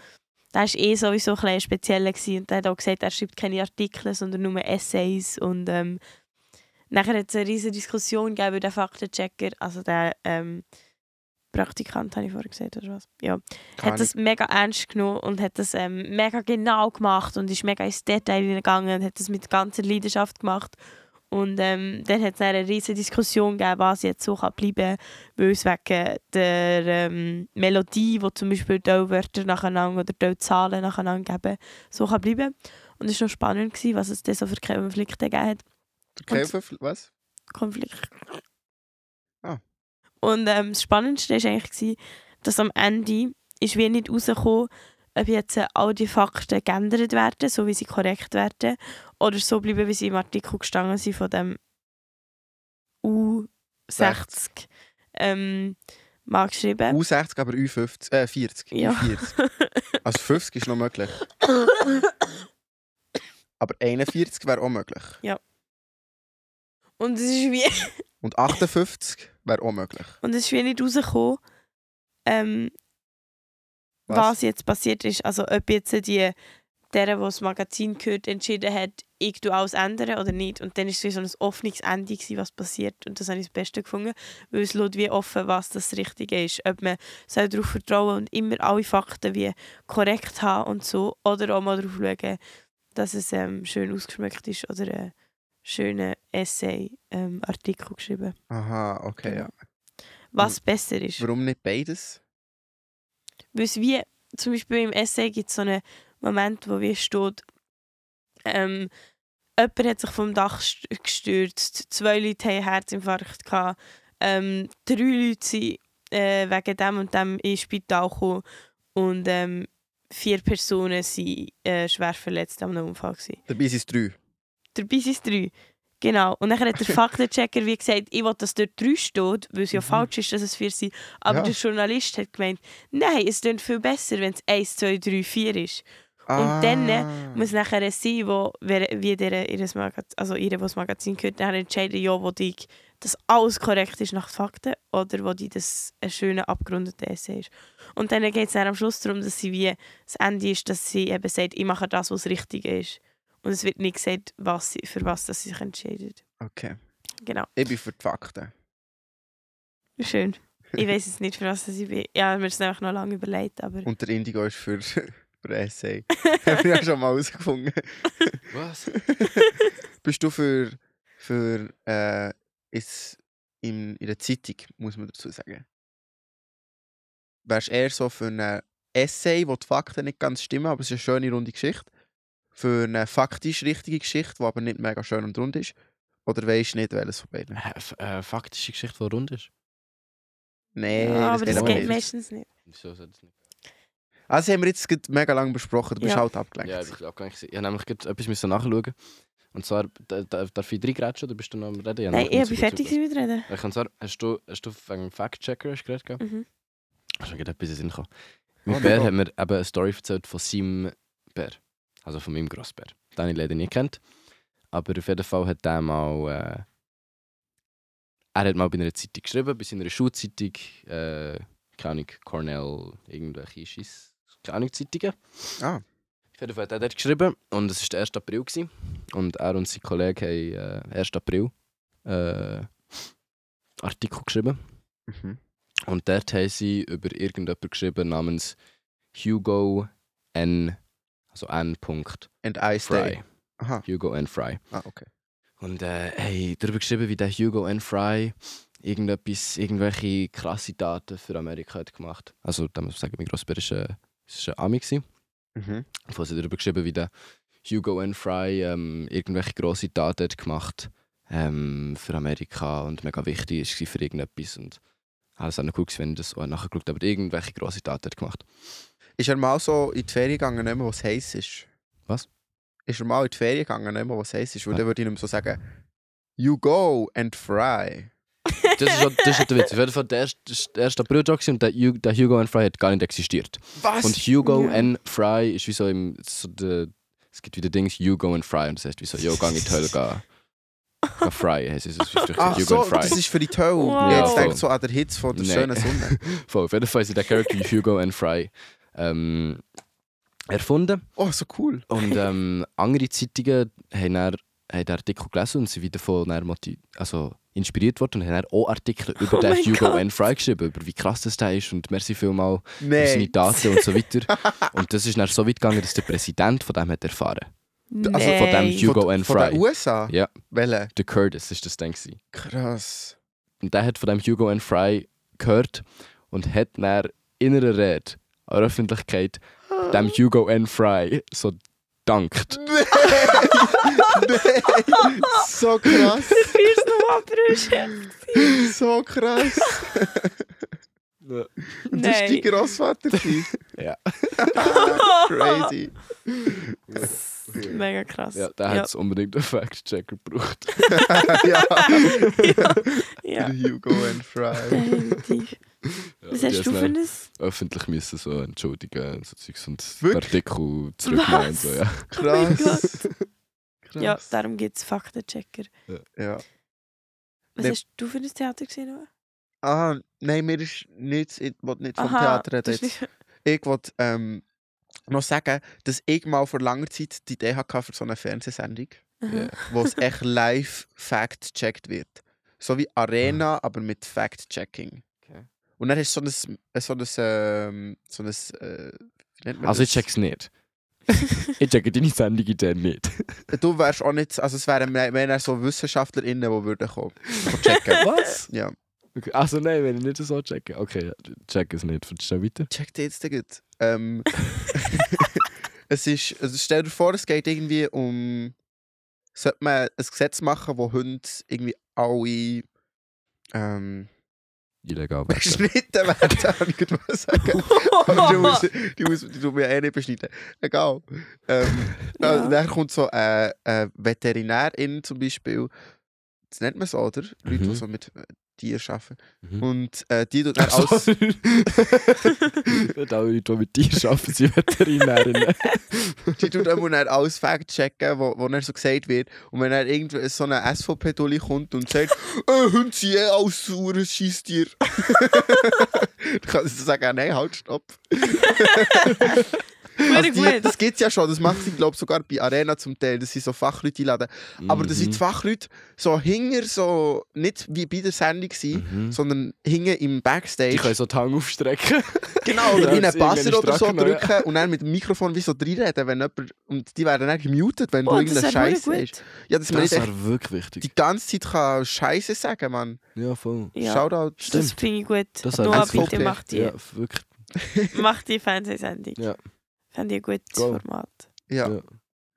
der war eh sowieso ein bisschen spezieller gewesen. und der hat auch gesagt, er schreibt keine Artikel, sondern nur Essays und ähm, nachher hat es eine riesige Diskussion gegeben über den Faktenchecker, also der ähm, Praktikant, habe ich vorher gesagt, oder was? Ja
Keine
hat das mega ernst genommen und hat das ähm, mega genau gemacht und ist mega ins Detail gegangen und hat das mit ganzer Leidenschaft gemacht. Und ähm, dann hat es dann eine riesige Diskussion gegeben, was jetzt so kann bleiben kann, weil es wegen der ähm, Melodie, wo zum Beispiel Teilwörter nacheinander oder Teilzahlen nacheinander geben, so kann bleiben Und es war noch spannend, gewesen, was es da so für Konflikte gegeben hat.
Der Käfer, was?
Konflikt.
Ah.
Und ähm, das Spannendste war eigentlich, gewesen, dass am Ende ist wie nicht rausgekommen ob jetzt äh, all die Fakten geändert werden, so wie sie korrekt werden, oder so bleiben, wie sie im Artikel gestanden sind von dem U60 ähm, mal geschrieben.
U60, aber U50. Äh, 40.
Ja.
U40. Also 50 ist noch möglich. Aber 41 wäre auch möglich.
Und es ist wie
Und 58 wäre auch möglich.
Und es ist wie nicht rausgekommen, ähm,
Was?
was? jetzt passiert ist. Also ob jetzt die, der, die das Magazin gehört, entschieden hat, ich tu alles ändern oder nicht. Und dann war es wie so ein offenes Ende, gewesen, was passiert. Und das habe ich das Beste gefunden, weil es lässt wie offen, was das Richtige ist. Ob man soll darauf vertrauen und immer alle Fakten wie korrekt haben und so. Oder auch mal darauf schauen, dass es ähm, schön ausgeschmückt ist oder äh, einen schönen Essay-Artikel ähm, geschrieben.
Aha, okay, ja.
Was besser ist.
Warum nicht beides?
Weil es wie, zum Beispiel im Essay gibt es so einen Moment, wo wie steht, ähm, jemand hat sich vom Dach st- gestürzt, zwei Leute haben Herzinfarkt gehabt, ähm, drei Leute sind äh, wegen dem und dem ins Spital gekommen und ähm, vier Personen sind äh, schwer verletzt an einem Unfall gewesen.
Dabei sind es drei.
Dabei sind es drei. Genau. Und dann hat der Faktenchecker wie gesagt, ich will, dass dort drei steht, weil es ja
Mhm.
falsch ist, dass es vier sind. Aber
Ja.
der Journalist hat gemeint, nein, es klingt viel besser, wenn es eins, zwei, drei, vier ist.
Ah.
dann, äh, Muss nachher ein sein, wo, wer- wie der ihres Magazin, also ihre, die das Magazin gehört, nachher entscheiden, ja, wo die, dass alles korrekt ist nach Fakten oder wo die das ein schöner abgerundeter Essay ist. Und dann geht es am Schluss darum, dass sie wie das Ende ist, dass sie eben sagt, ich mache das, was das Richtige ist. Und es wird nicht gesagt, was sie, für was dass sie sich entscheidet.
Okay.
Genau.
Ich bin für die Fakten.
Schön. Ich weiß jetzt nicht, für was dass ich bin. Ja, mir ist es einfach noch lange überlegt, aber.
Und der Indigo ist für, für Essay. Haben wir ja schon mal
Äh,
herausgefunden.
Was?
Bist du für, für äh, ist in, in der Zeitung, muss man dazu sagen. Wärst eher so für ein Essay, wo die Fakten nicht ganz stimmen, aber es ist eine schöne runde Geschichte. Für eine faktisch richtige Geschichte, die aber nicht mega schön und rund ist. Oder weisst du nicht, welches von beiden?
Äh, f- äh, faktische Geschichte, die rund ist.
Nee,
ja, aber
geht
das
aber
geht
nicht.
meistens nicht.
Wieso soll das nicht?
Also haben wir jetzt gerade mega lange besprochen, du bist
Ja.
halt abgelenkt.
Ja, ich bin abgelenkt. gewesen. Ich habe nämlich gerade etwas müssen nachschauen. Und zwar, da- da- darf ich reingrätschen oder bist du noch am Reden? habe
Nein,
noch nicht
ich bin
so gut
fertig
zugehört.
mit Reden.
Ich kann zwar, hast du, hast du wegen Fact-Checker hast du geredet, gell?
Mhm.
Hast du gerade etwas in den Sinn gekommen?
Oh,
Mein Bär
mega.
hat mir eben eine Story erzählt von seinem Bär. Also von meinem Grossbär. Den habe ich leider nie kennt. Aber auf jeden Fall hat der mal. Äh, er hat mal bei einer Zeitung geschrieben, bei seiner Schulzeitung. Äh, keine Ahnung, Cornell, irgendwelche Schiss. Keine Ahnung, Zeitungen.
Ah.
Auf jeden Fall hat er dort geschrieben und es war der 1. April. Gewesen. Und er und sein Kollege haben äh, 1. April äh, Artikel geschrieben.
Mhm.
Und dort haben sie über irgendjemanden geschrieben namens Hugo N. Also N. Punkt
And I stay.
Fry.
Aha,
Hugo N. Fry.
ah, okay.
Und äh, hey, darüber geschrieben, wie der Hugo N. Fry irgendetwas, irgendwelche krasse Daten für Amerika hat gemacht. Also, da muss man sagen, mein Grossbär ist, äh, ist ein Ami. Gewesen.
Mhm.
Wo sie darüber geschrieben, wie der Hugo N. Fry ähm, irgendwelche grosse Daten hat gemacht ähm, für Amerika und mega wichtig ist gewesen für irgendetwas. Und alles auch noch cool, gewesen, wenn ich das auch nachgeschaut habe, aber irgendwelche grosse Daten hat gemacht.
Ist er mal so in die Ferien gegangen, nicht mehr, was heiß ist?
Was?
Ist er mal in die Ferien gegangen, nicht mehr, was heiß ist? Weil
Ah.
dann würde ich ihm so sagen, you go and fry.
Das ist, auch, das ist auch der Witz. Auf jeden Fall, der erste, das ist der erste April Joke gewesen und der, Hu- der Hugo N. Fry hat gar nicht existiert.
Was?
Und Hugo
Ja.
N. Fry ist wie so im. So der, es gibt wieder Dings Hugo N. Fry und das heißt wie so, yo, gang in die Hölle, ga, ga fry. Heißt, es ist durch
Ach
Hugo
so,
N. Fry.
das ist für die Toe.
Wow.
Jetzt
Ja,
denkt so an der Hitze von der
Nee.
schönen Sonne.
Voll, auf jeden Fall ist der Charakter Hugo N. Fry ähm, erfunden.
Oh, so cool.
Und ähm, andere Zeitungen haben, dann, haben den Artikel gelesen und sind wieder von dann moti- also inspiriert worden und haben dann auch Artikel über
Oh
den
mein
Hugo
Gott.
N. Fry geschrieben, über wie krass das der ist und merci vielmal für seine
Nee.
Daten und so weiter. Und das ist dann so weit gegangen, dass der Präsident von dem hat erfahren. Also von dem
Nein.
Hugo N.
Von den
Fry.
USA?
Ja.
Welle.
Der Curtis ist das Ding. gewesen.
Krass.
Und der hat von dem Hugo N. Fry gehört und hat dann in einer Rede an der Öffentlichkeit dem Hugo N. Fry so dankt.
Nee. nee. So krass.
Du führst noch ab, Brüche.
So krass. Und das war dein
Nein.
Grossvater. gewesen?
Ja.
Crazy.
Mega krass.
Ja, der hat es unbedingt einen Fact-Checker gebraucht.
ja.
ja. Oh
Hugo and Fry.
Definitiv.
Ja,
Was
die
hast du für
haben
ein...
dann öffentlich müssen so entschuldigen und so Zeugs und
Wirklich?
Artikel zurücknehmen und so, ja.
mein
Krass. Krass.
Ja, darum gibt es Faktenchecker.
Ja.
Was
Nee.
hast du für ein Theater nou? gesehen? Noah?
Ah, nein, mir ist nichts, ich will nicht vom
Aha, dus
Theater reden.
das ist
Jetzt.
nicht-
Ich will ähm, noch sagen, dass ich mal vor langer Zeit die Idee hatte für so eine Fernsehsendung,
Aha.
wo es echt live fact-checkt wird. So wie Arena, aber mit Fact-Checking.
Ah. Okay.
Und dann hast du so ein, äh, so ein, ähm, so ein, äh, wie nennt man
Also ich
das?
check's nicht. ich checke deine Sendung nicht.
Du wärst auch nicht, also es wären mehr, mehr so WissenschaftlerInnen, die würden kommen. die checken.
Was?
ja.
Okay. Also nein, wenn ich nicht so checke. Okay, check es nicht. Verstehst du weiter?
Check dir jetzt gut. Ähm, es ist, also stell dir vor, es geht irgendwie um. Sollte man ein Gesetz machen, wo Hunde irgendwie alle ähm,
Illegal.
beschnitten werden, kann ich gerade mal sagen.
Oh,
Aber du musst, du musst, du musst ja eh nicht beschneiden. Egal. Ähm, also,
Ja.
Dann kommt so ein äh, Veterinärin zum Beispiel. Das nennt man so, oder? Leute, die
Mhm.
so mit äh, Tieren arbeiten.
Mhm.
Und äh, die tut dann alles.
Nicht alle Leute, die mit dir arbeiten, sind Veterinärinnen.
die tut immer dann alles Fact checken, wo, wo dann so gesagt wird. Und wenn dann irgend eh, so eine SVP-Tulli kommt und sagt, äh, Hunde sind eh alles sauer, Scheisstier. dann kannst du sagen, nein, halt, stopp.
Hure
Also die,
gut.
das gibt es ja schon, das macht sie, glaube ich, sogar bei Arena zum Teil, dass sie so Fachleute einladen. Aber das sind die Fachleute so hinger, so nicht wie bei der Sendung waren,
Mhm.
sondern hinger im
Die können
Backstage.
so die Hänge aufstrecken.
Genau, oder
Ja,
in
das
einen
ist irgendwie
Buzzer oder so
Stracken, ja.
drücken und dann mit dem Mikrofon wie so reinreden, wenn jemand... Und die werden dann gemutet, wenn
Oh,
du
das
irgendeine
wäre
Scheiße
hure
ist.
gut.
Ja, dass man
Das
nicht echt
wäre wirklich wichtig.
die ganze Zeit kann Scheiße sagen Mann.
Ja, voll.
Ja, Dus
Shoutout.
das
Stimmt.
finde ich gut.
Das
Das
hat
Noah,
SVP.
bitte mach die,
Ja, wirklich.
mach die Fernsehsendung.
Ja.
Fände ich ein gutes
Go.
Format.
Ja.
Ja.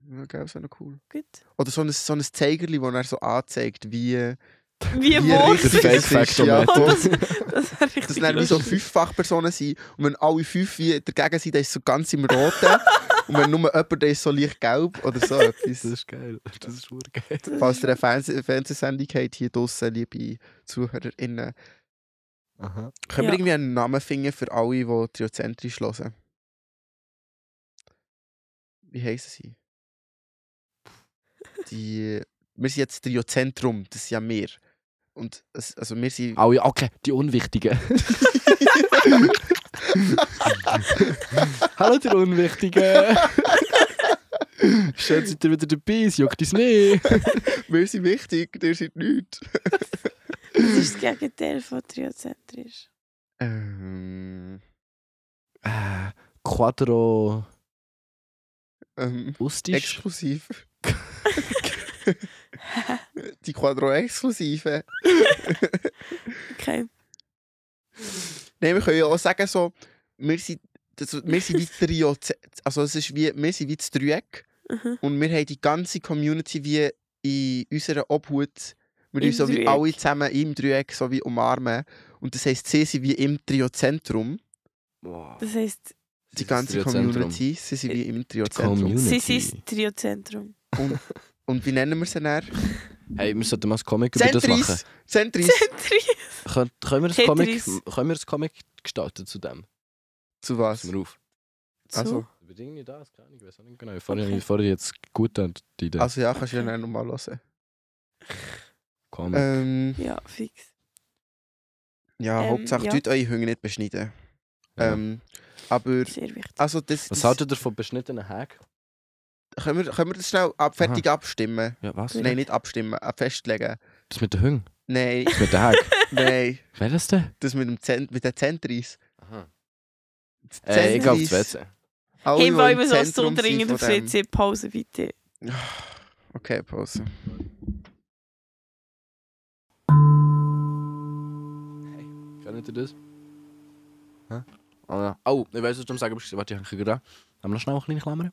ja. gell, so eine cool.
Gut.
Oder so ein, so ein Zeigerli, das er so anzeigt, wie...
Wie
Wie
morgen.
richtig-
Fake
Das ist- ja,
Factometer.
Oh, das das wäre richtig
Das sind dann wie so
lustig.
fünf Fachpersonen sind und wenn alle fünf wie dagegen sind, dann ist es so ganz im Roten und wenn nur jemand, der ist so leicht gelb oder so
Das
etwas.
ist geil. Das ist wirklich geil.
Falls ihr eine Fernseh Fernsehsendung habt hier draussen, liebe ZuhörerInnen,
Aha.
können
Ja.
wir irgendwie einen Namen finden für alle, die triozentrisch hören? Wie heissen sie? Die... Wir sind jetzt Triozentrum, das sind ja wir. Und es, also wir sind...
Ah ja, okay, die Unwichtigen. Hallo, die Unwichtigen. Schön, seid ihr wieder dabei, es juckt uns nicht.
Wir sind wichtig, ihr seid nichts.
Das ist das Gegenteil von triozentrisch.
Ähm,
Äh, Quadro
ähm,
Ustisch.
exklusiv. Die Quadro-Exklusive.
Okay.
Nein, wir können ja auch sagen, so, wir sind, das, wir sind wie die Trio, also es ist wie, wir sind wie das Dreieck
Mhm.
und wir haben die ganze Community wie in unserer Obhut. Wir
Im
uns so wie
Dreieck.
alle zusammen im Dreieck so wie umarmen. Und das heisst, sie sind wie im Triozentrum.
Das heisst,
Die ganze Community, sie sind wie im Triozentrum.
Community.
sie sind das Triozentrum.
Und wie nennen wir sie dann?
Hey, wir sollten mal ein Comic über das machen.
Zentris! Zentris!
Tri-
Können, können, wir ein Comic,
Tetris.
können wir ein Comic gestalten zu dem?
Zu was?
Passen wir auf.
Also,
Über irgendwie das, keine Ahnung, ich weiß auch nicht genau. Vorher, vorher jetzt gut an die Idee.
also ja, kannst du ja dann nochmal hören.
Comic.
Ähm,
Ja, fix.
ja,
Ähm,
Hauptsache,
ja.
tut eure Hünger nicht beschneiden.
Ja.
Ähm, aber,
Sehr wichtig.
also das...
Was
das
haltet ihr von beschnittenen Hack?
können, wir, können wir das schnell ab, fertig abstimmen?
Ja, was?
Nein, nicht abstimmen, ab festlegen.
Das mit den Hüngen?
Nein,
Das mit den Hack?
nein,
Wer das denn?
das mit, dem Zent mit den Zentris.
Aha.
Das
Äh, ich glaube,
Zentris,
das WC.
alle,
Hey,
die
weil
im
wir so so
Zentrum sind
dringend
von
auf
dem.
WC Pause, bitte.
Okay, Pause.
Kennt ihr das? Hä? Oh, ja. oh, ich weiß, was du am sagen bist. Warte, ich habe gerade. Haben wir noch schnell eine kleine Klammer?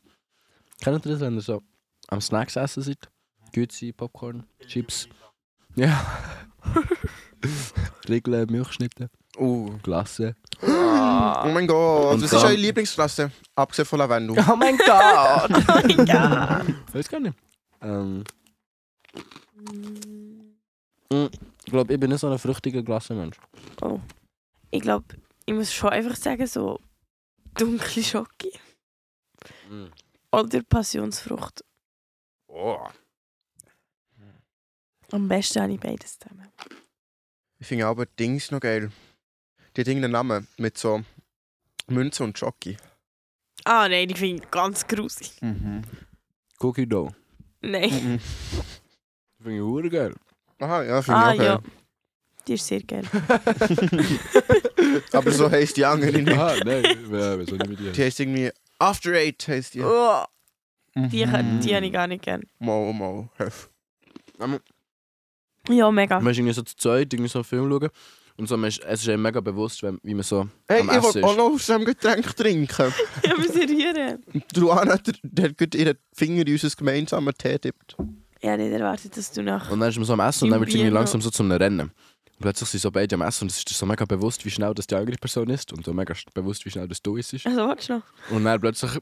Kennt ihr das, wenn ihr so am Snacks essen seid? Gützi, Popcorn, Chips. Ja. Regeln, Milchschnitte,
Oh,
Glasse.
oh mein Gott,
Ah. Und
das
so.
ist eure Lieblingsklasse, abgesehen von Lavendel.
Oh mein Gott!
Oh mein Gott.
weiß gar nicht. Ähm,
Mm.
ich glaube, ich bin nicht so ein fruchtiger Glassenmensch.
Oh. Ich glaube, ich muss schon einfach sagen, so dunkle Schocke
Mhm.
oder Passionsfrucht.
Oh.
Am besten habe ich beides zusammen.
Ich finde aber Dings noch geil. Die hat irgendeinen Namen mit so Münze und Schocke.
Ah, nein, ich finde ganz grusig.
Mhm.
Cookie Dough.
Nein.
Finde ich hure geil.
Aha, ja, finde
Ah,
ich auch
ja.
geil.
Die ist sehr geil.
Ah,
Aber so heisst die andere nicht.
Aha, nein, wer soll nicht mit dir?
Die heisst irgendwie After Eight heisst die.
Oh, die
Mhm.
kann- die habe ich gar nicht gern.
Mal, mal, hef.
Ja, mega.
Man ist irgendwie so zu zweit, irgendwie so einen Film schauen. Und so, man ist, es ist einem mega bewusst, wenn, wie man so.
Hey,
Am
ich
Essen
will auch
ist-
noch aus dem Getränk trinken.
Ja, wir sind hier.
Und die Luana, der, der hat gerade ihren Finger in unser gemeinsamen Tee tippt.
Ich habe nicht erwartet, dass du nach.
Und dann ist man so am Essen und dann wird es irgendwie
Teambier noch.
langsam so zu einem Rennen. Und plötzlich sind so beide am Essen und es ist dir so mega bewusst, wie schnell das die andere Person ist. Und so mega sch- bewusst, wie schnell das du es ist.
Also, warte noch.
Und dann plötzlich.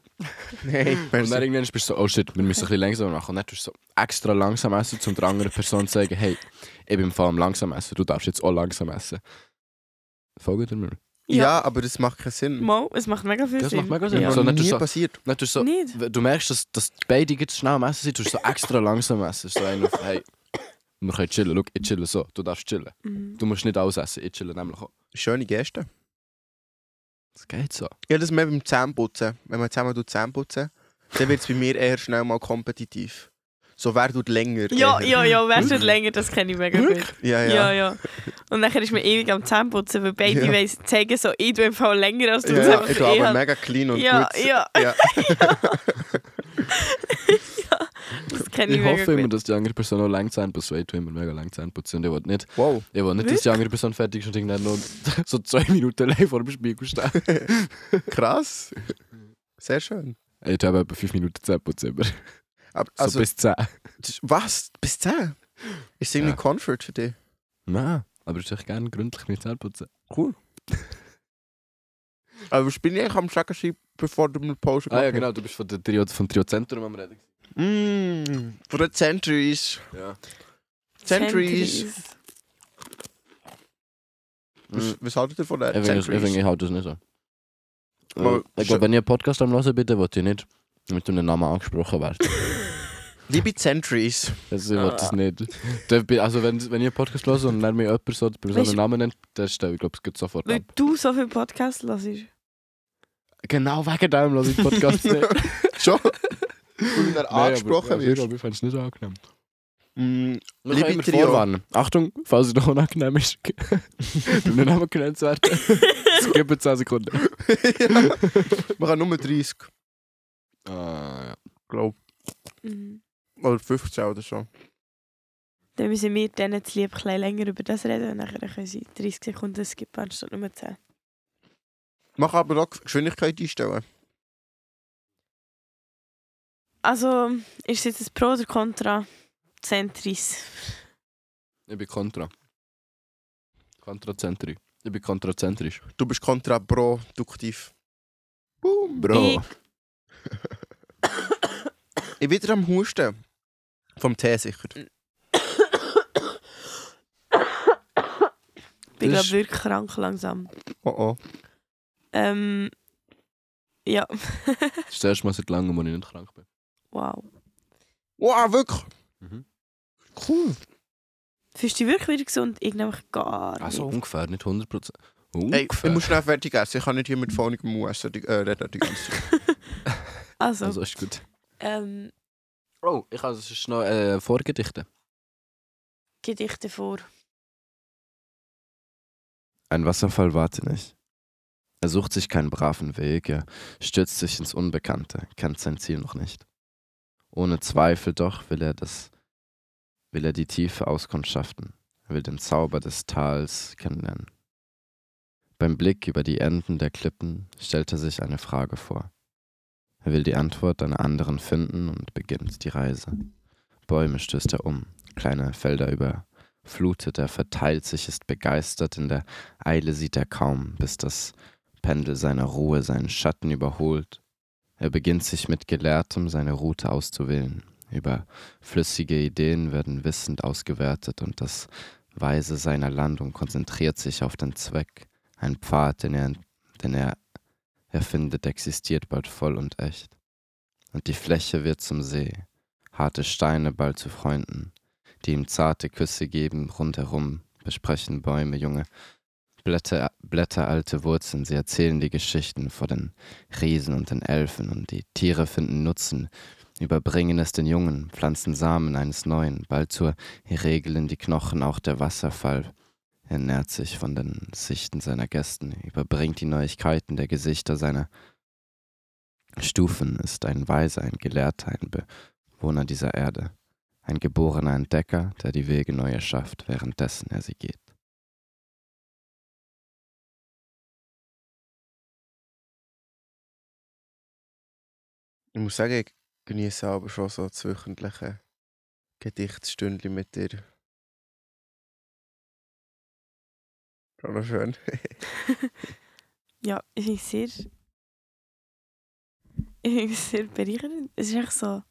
Nein,
Und dann irgendwann bist du so, oh shit, wir müssen ein bisschen langsamer machen. Und dann tust du so extra langsam essen, um der anderen Person zu sagen, hey, ich bin im Fall am langsam essen, du darfst jetzt auch langsam essen. Folgt ihr mir?
ja.
Ja.
aber das macht keinen Sinn.
Mal, es macht mega viel
Das macht
Sinn.
mega Sinn.
Das
Ja.
ist
So,
noch
dann
nie
tust du so,
passiert.
dann tust du so
Nicht?
Wenn Du merkst, dass, dass beide jetzt schnell am Essen sind, tust du so extra langsam essen. So einen auf, hey, wir können chillen, schau, ich chille so, du darfst chillen.
Mhm.
Du musst nicht alles essen, ich chille nämlich auch.
Schöne Geste.
Das geht so.
Ja, das mehr beim Zähneputzen. Wenn man zusammen tut Zähneputzen, dann wird es bei mir eher schnell mal kompetitiv. So wer tut länger.
Ja,
eher.
ja, ja, wer schon länger, das kenne ich mega gut.
Ja, ja.
Ja, ja. Und dann ist man ewig am Zahnputzen, weil beide
Ja.
weiss, zeigen so, ich tue im Fall länger als du.
Ja,
das
ja,
einfach
ich glaube,
hab.
mega clean und
ja,
gut.
ja,
Ja.
das kenne ich,
Ich
mega
hoffe
gut.
immer, dass die andere Person auch lang Zahnputz weil ich tue immer mega lang Zahnputz. Und ich will nicht,
Wow.
ich will nicht dass die andere Person fertig ist und ich dann noch so zwei Minuten allein vor dem Spiegel stehe.
Krass. Sehr schön.
Ich habe etwa fünf Minuten Zahnputz immer. So
Aber, also,
bis zehn.
das- was? Bis 10? Ist irgendwie
Ja.
Comfort für dich?
Nein, aber ich würde gerne gründlich mit Zahnputzen.
Cool. Aber ich bin ich eigentlich am Schlägerschein, bevor du mir Pause
Ah ja, genau, du bist von der Trio, vom Trio-Zentrum am Reden.
Mmm, von den Centuries.
Ja.
Centuries. Was,
äh, Ich
was haltet ihr von den
finde,
Mm, Centuries?
ich halte das nicht so. Äh,
Mal-
ich glaube, wenn ich einen Podcast am Hören bitte, wollte ich nicht mit einem Namen angesprochen werden.
Liebe Centuries.
Also ich will das nicht. Da bin- Also wenn, wenn ich einen Podcast höre und dann mir jemand so bei so
Weißt
einem
du-
Namen nennt, dann stelle ich glaube ich geht sofort
Weil
ab.
du so viele Podcasts hörst.
Genau wegen dem lasse ich Podcasts nicht.
Schon? Weil er angesprochen
wird.
wird.
also Ich fand es nicht angenehm.
Mm,
Wir
Liebe
können immer
Trio.
vorwarnen. Achtung, falls es noch unangenehm ist, den Namen genannt zu werden. Es gibt 10 Sekunden.
Man
mm.
kann nur 30,
Ah, ja.
glaube
Mhm.
ich. Oder 15 oder so.
Dann müssen wir denen zu lieb ein bisschen länger über das reden und dann können sie 30 Sekunden skippen anstatt nur 10.
Man kann aber auch Geschwindigkeit einstellen.
Also, ist es jetzt ein Pro oder Contra? Centris.
Ich bin kontra. Kontrazentri. Ich bin kontrazentrisch.
Du bist kontraproduktiv. Boom,
Ich,
Ich bin wieder am Husten. Vom Tee sicher.
bin
Das
glaube
ist-
wirklich krank langsam.
Oh oh.
Ähm, ja,
Das ist das erste Mal seit langem, wo ich nicht krank bin.
wow.
Wow, wirklich?
Mhm.
Cool.
Fühlst du dich wirklich wieder gesund? Ich nämlich gar
Also
nicht.
ungefähr, nicht 100%.
Ey, ich
Ungefähr.
muss schnell fertig essen. Ich kann nicht hier mit faunigem Essen die- äh, reden die ganze Zeit.
Also,
also ist gut.
Ähm,
Oh, ich kann es schnell äh, vorgedichten.
Gedichte vor.
Ein Wasserfall warte nicht. Er sucht sich keinen braven Weg, er stürzt sich ins Unbekannte, kennt sein Ziel noch nicht. Ohne Zweifel doch will er das, will er die Tiefe auskundschaften, er will den Zauber des Tals kennenlernen. Beim Blick über die Enden der Klippen stellt er sich eine Frage vor. Er will die Antwort einer anderen finden und beginnt die Reise. Bäume stößt er um, kleine Felder überflutet, er verteilt sich, ist begeistert in der Eile sieht er kaum, bis das Pendel seiner Ruhe seinen Schatten überholt. Er beginnt sich mit Gelehrtem seine Route auszuwählen. Überflüssige Ideen werden wissend ausgewertet und das Weise seiner Landung konzentriert sich auf den Zweck. Ein Pfad, den er, den er erfindet, existiert bald voll und echt. Und die Fläche wird zum See, harte Steine bald zu Freunden, die ihm zarte Küsse geben, rundherum besprechen Bäume junge Blätter, Blätter alte Wurzeln, sie erzählen die Geschichten vor den Riesen und den Elfen und die Tiere finden Nutzen, überbringen es den Jungen, pflanzen Samen eines Neuen, bald zur regeln die Knochen auch der Wasserfall. Er nährt sich von den Sichten seiner Gästen, überbringt die Neuigkeiten der Gesichter seiner Stufen, ist ein Weiser, ein Gelehrter, ein Bewohner dieser Erde, ein geborener Entdecker, der die Wege neu erschafft, währenddessen er sie geht.
Ich muss sagen, ich genieße aber schon so das wöchentliche Gedichtstündchen mit dir. Schon noch schön.
ja, ich finde es sehr. Ich finde es sehr bereichernd. Es ist echt so.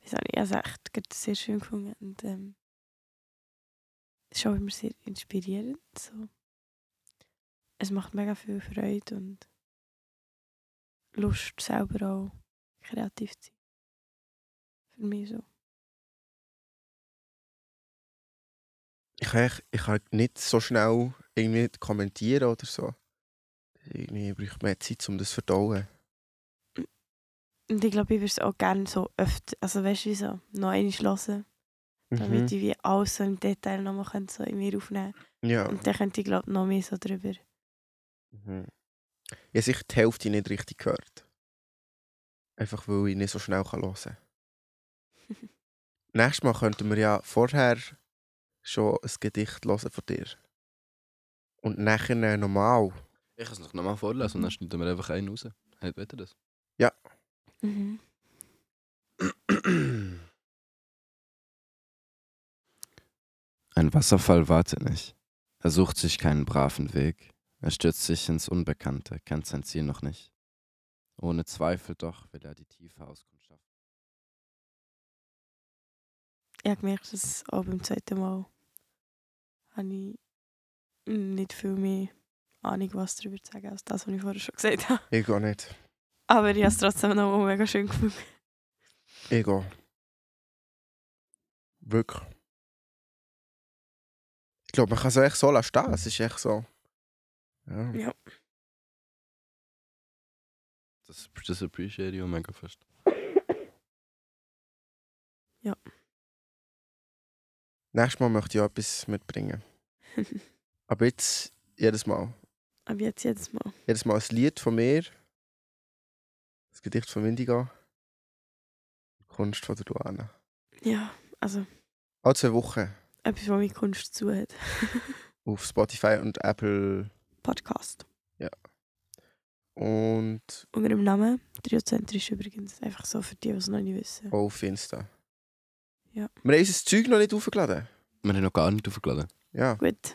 Ich weiß auch nicht, ich habe es echt gerade sehr schön gefunden. Und, ähm, es ist auch immer sehr inspirierend. So. Es macht mega viel Freude und Lust, selber auch kreativ zu sein. Für mich so.
Ich kann, echt- ich kann nicht so schnell irgendwie kommentieren oder so. Irgendwie braucht man Zeit, um das zu verdauen.
Und ich glaube, ich würde es auch gerne so öfter, also weißt du, wie so, noch einmal hören,
Mhm.
damit ich wie alles so im Detail nochmal könnte so in mir aufnehmen
Ja.
Und dann könnte ich, glaube noch mehr so drüber.
Mhm. Ich habe sicher die Hälfte nicht richtig gehört. Einfach weil ich nicht so schnell kann hören kann. Nächstes Mal könnten wir ja vorher schon ein Gedicht hören von dir. Und nachher äh, normal.
Ich kann es noch nochmal vorlesen und dann schneiden wir einfach einen raus. Hält weiter das?
Mhm.
Ein Wasserfall wartet nicht. Er sucht sich keinen braven Weg. Er stürzt sich ins Unbekannte, kennt sein Ziel noch nicht. Ohne Zweifel doch will er die tiefe Auskunft schaffen.
Ich habe gemerkt, dass auch beim zweiten Mal habe ich nicht viel mehr Ahnung, was darüber zu sagen, als das, was ich vorher schon gesagt habe.
Ich gehe nicht.
Aber ich habe es trotzdem noch mal mega schön gefunden.
Ich gehe. Wirklich. Ich glaube, man kann es echt so lassen stehen. Es ist echt so. Ja.
Ja.
Das, das appreciate ich auch mega fest.
Nächstes Mal möchte ich auch etwas mitbringen. Aber jetzt jedes Mal.
Aber jetzt jedes Mal.
Jedes Mal ein Lied von mir. Das Gedicht von Windigo. Die Kunst von der Duana.
Ja, also
Alle zwei Wochen
etwas, was mit Kunst zu tun hat.
auf Spotify und Apple
Podcast.
und
Unter dem Namen Triozentrisch übrigens. Einfach so für die, die es noch nicht wissen.
auch auf Insta.
Ja.
Wir haben unser Zeug noch nicht aufgeladen.
Wir haben noch gar nicht aufgeladen.
Ja.
Gut.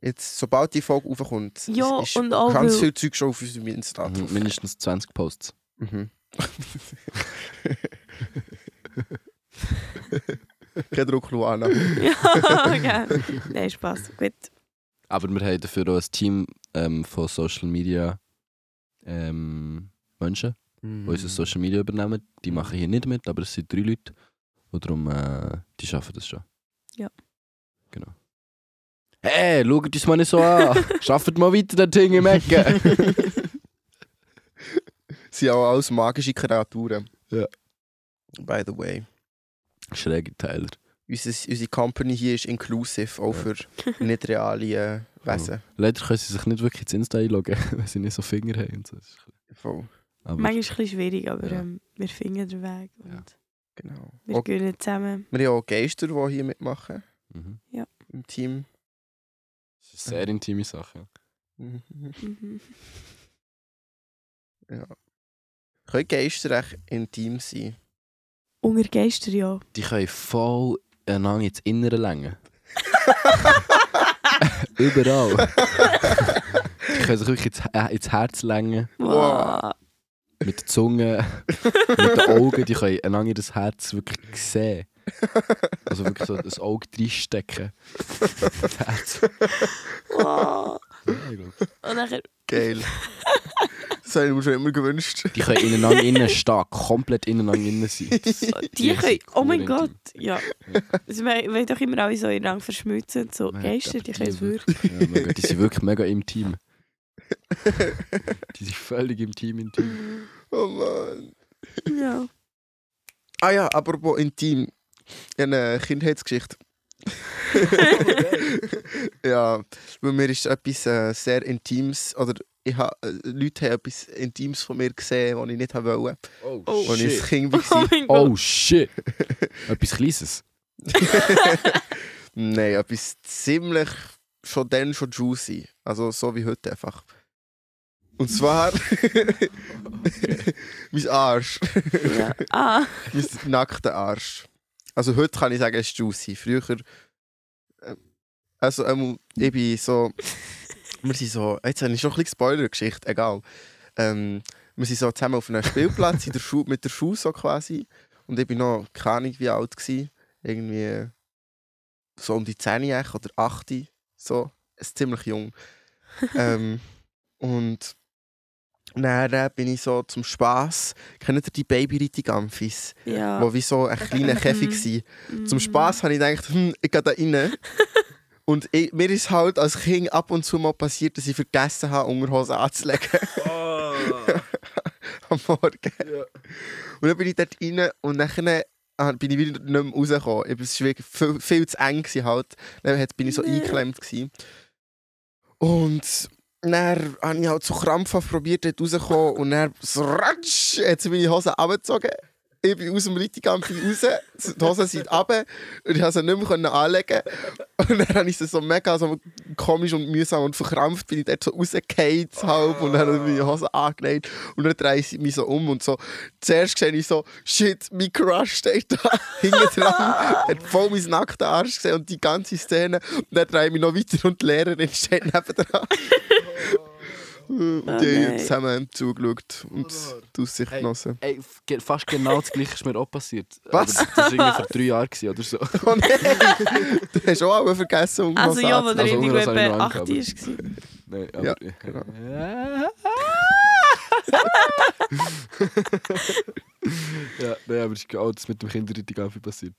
Jetzt, sobald die Folge raufkommt,
Ja,
ist
und auch
ganz
weil-
viel Zeug schon auf unserem
Ah,
Insta. drauf.
Mindestens 20 Posts.
Mhm. Kein Druck, Luana.
Ja, gerne. Nein, Spaß. Gut.
Aber wir haben dafür auch ein Team ähm, von Social Media ähm, Menschen, die
Mhm.
unser Social Media übernehmen. Die
Mhm.
machen hier nicht mit, aber es sind drei Leute. Und darum, äh, die schaffen das schon.
Ja.
Genau. Hey, schaut uns mal nicht so ah. an! Schafft mal weiter, der Ding im Ecken!
sind auch alles magische Kreaturen.
Ja.
By the way.
Schräge Tyler.
Unser, unsere Company hier ist inclusive, auch
Ja.
für nicht reale äh, Wesen.
Leider können sie sich nicht wirklich ins Insta einloggen, weil sie nicht so Finger haben. Und so. Das ist ein bisschen-
Voll.
Aber
Manchmal ist es ein bisschen schwierig, aber
Ja.
ähm, wir finden den Weg und
Ja.
Genau.
wir
Auch,
gehen zusammen.
wir haben auch Geister, die hier mitmachen
mhm.
im Team.
das ist eine sehr intime Sache.
Mhm.
Mhm.
Ja. Können Geister echt intim sein?
Unter Geister, ja.
Die können voll einander ins Innere lenken. Überall. Die können sich wirklich ins, äh, ins Herz lenken.
wow.
Mit der Zunge, mit den Augen. Die können einander das Herz wirklich sehen. Also wirklich so das Auge reinstecken. Das Herz.
wow.
Ja, ich glaub.
Und nachher,
Geil. das habe ich mir schon immer gewünscht.
Die können ineinander innen stehen. Komplett ineinander innen sein. Das-
die
sind
können, oh mein
cool
Gott,
intim.
ja. Dus
Ja.
Also, wir wollen doch immer alle so in Rang verschmützen und so.
Ja,
Geister,
aber
die können es wirklich.
Ja, mega, die sind wirklich mega im Team. Die sind völlig im Team im Team.
oh Mann.
Mhm. Ja.
Ah ja, apropos intim. Ich habe eine Kindheitsgeschichte. ja, bei mir ist etwas äh, sehr Intimes, oder ich ha, äh, Leute haben etwas Intimes von mir gesehen, das ich nicht haben wollte,
Oh,
Oh.
als ich ein Kind
Oh
war.
mein Gott.
Oh shit! Etwas Kleines.
Nein, etwas ziemlich schon dann schon juicy. Also so wie heute einfach. Und zwar mein Arsch,
Ja. Ah,
mein nackter Arsch. Also heute kann ich sagen, es ist juicy. Früher, äh, also ähm, ich bin so... wir sind so, jetzt habe ich schon ein bisschen Spoiler-Geschichte, egal. Ähm, wir sind so zusammen auf einem Spielplatz in der Schu mit der Schule so quasi. Und ich bin noch keine Ahnung wie alt gsi, irgendwie so um die 10 echt oder 8, so, ist ziemlich jung. ähm, und dann äh, bin ich so zum Spass, kennt ihr die Baby-Ritti-Gampfis,
ja.
die wie so Ah. ein kleiner Käfig
Mhm.
waren? Zum Spass habe ich gedacht, hm, ich gehe da rein Und ich, mir ist halt als Kind ab und zu mal passiert, dass ich vergessen habe, Unterhose anzulegen
Oh.
am Morgen.
Ja.
Und dann bin ich dort rein und dann ah, bin ich wieder nicht mehr rausgekommen. Ich- Es war wirklich viel, viel zu eng. gewesen Halt. Dann hat- bin ich so
Nee.
eingeklemmt. Gewesen. Und dann habe ich halt so krampfhaft probiert, dort rauszukommen. Und dann so ratsch, hat sie meine Hose abgezogen. Ich bin aus dem Litigant bin ich raus, die Hosen sind runter und ich konnte sie nicht mehr anlegen. Und dann habe ich sie so mega so komisch und mühsam und verkrampft, bin ich dort so rausgefallen halb und dann habe ich meine Hose angelegt und dann drehe ich mich so um und so Zuerst sehe ich so, shit, mein Crush steht da hinten dran, hat voll meinen nackten Arsch gesehen und die ganze Szene. Und dann drehe ich mich noch weiter und die Lehrerin steht nebendran. und die
Oh
haben
nein.
zusammen zugeschaut und die Aussicht
Hey.
genossen.
Ey, f- ge- fast genau das gleiche ist mir auch passiert.
Was?
Aber Das war irgendwie vor drei Jahren gewesen oder so.
Oh nein, du hast auch alle vergessen, um
Also ja, wo der
Also,
irgendwie
Unterhose habe ich
etwa
noch angehabt,
8
aber-
ist. war.
Nein,
Ja, genau.
aber. ja, nein, aber es ist auch das mit dem Kinderritig viel passiert.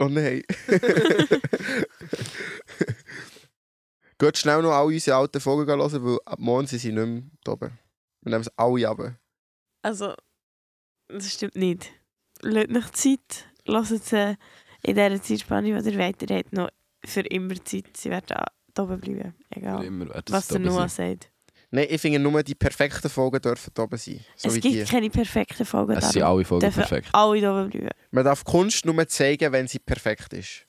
Oh nein. Geht schnell noch alle unsere alten Folgen hören, weil ab morgen sind sie nicht mehr da oben. Wir nehmen es alle runter.
Also, das stimmt nicht. Lasst noch Zeit. Lasst sie in dieser Zeitspanne, die ihr weiter habt, noch für immer Zeit. Sie werden da da oben bleiben.
Für
Egal,
Immer, wird es
was der
da sein.
Noah sagt.
Nein, ich finde nur die perfekten Folgen dürfen da oben sein. So wie
es
die.
gibt keine perfekten Folgen.
Es sind
darum
alle Folgen
dürfen
perfekt.
alle da oben bleiben.
Man darf Kunst nur zeigen, wenn sie perfekt ist.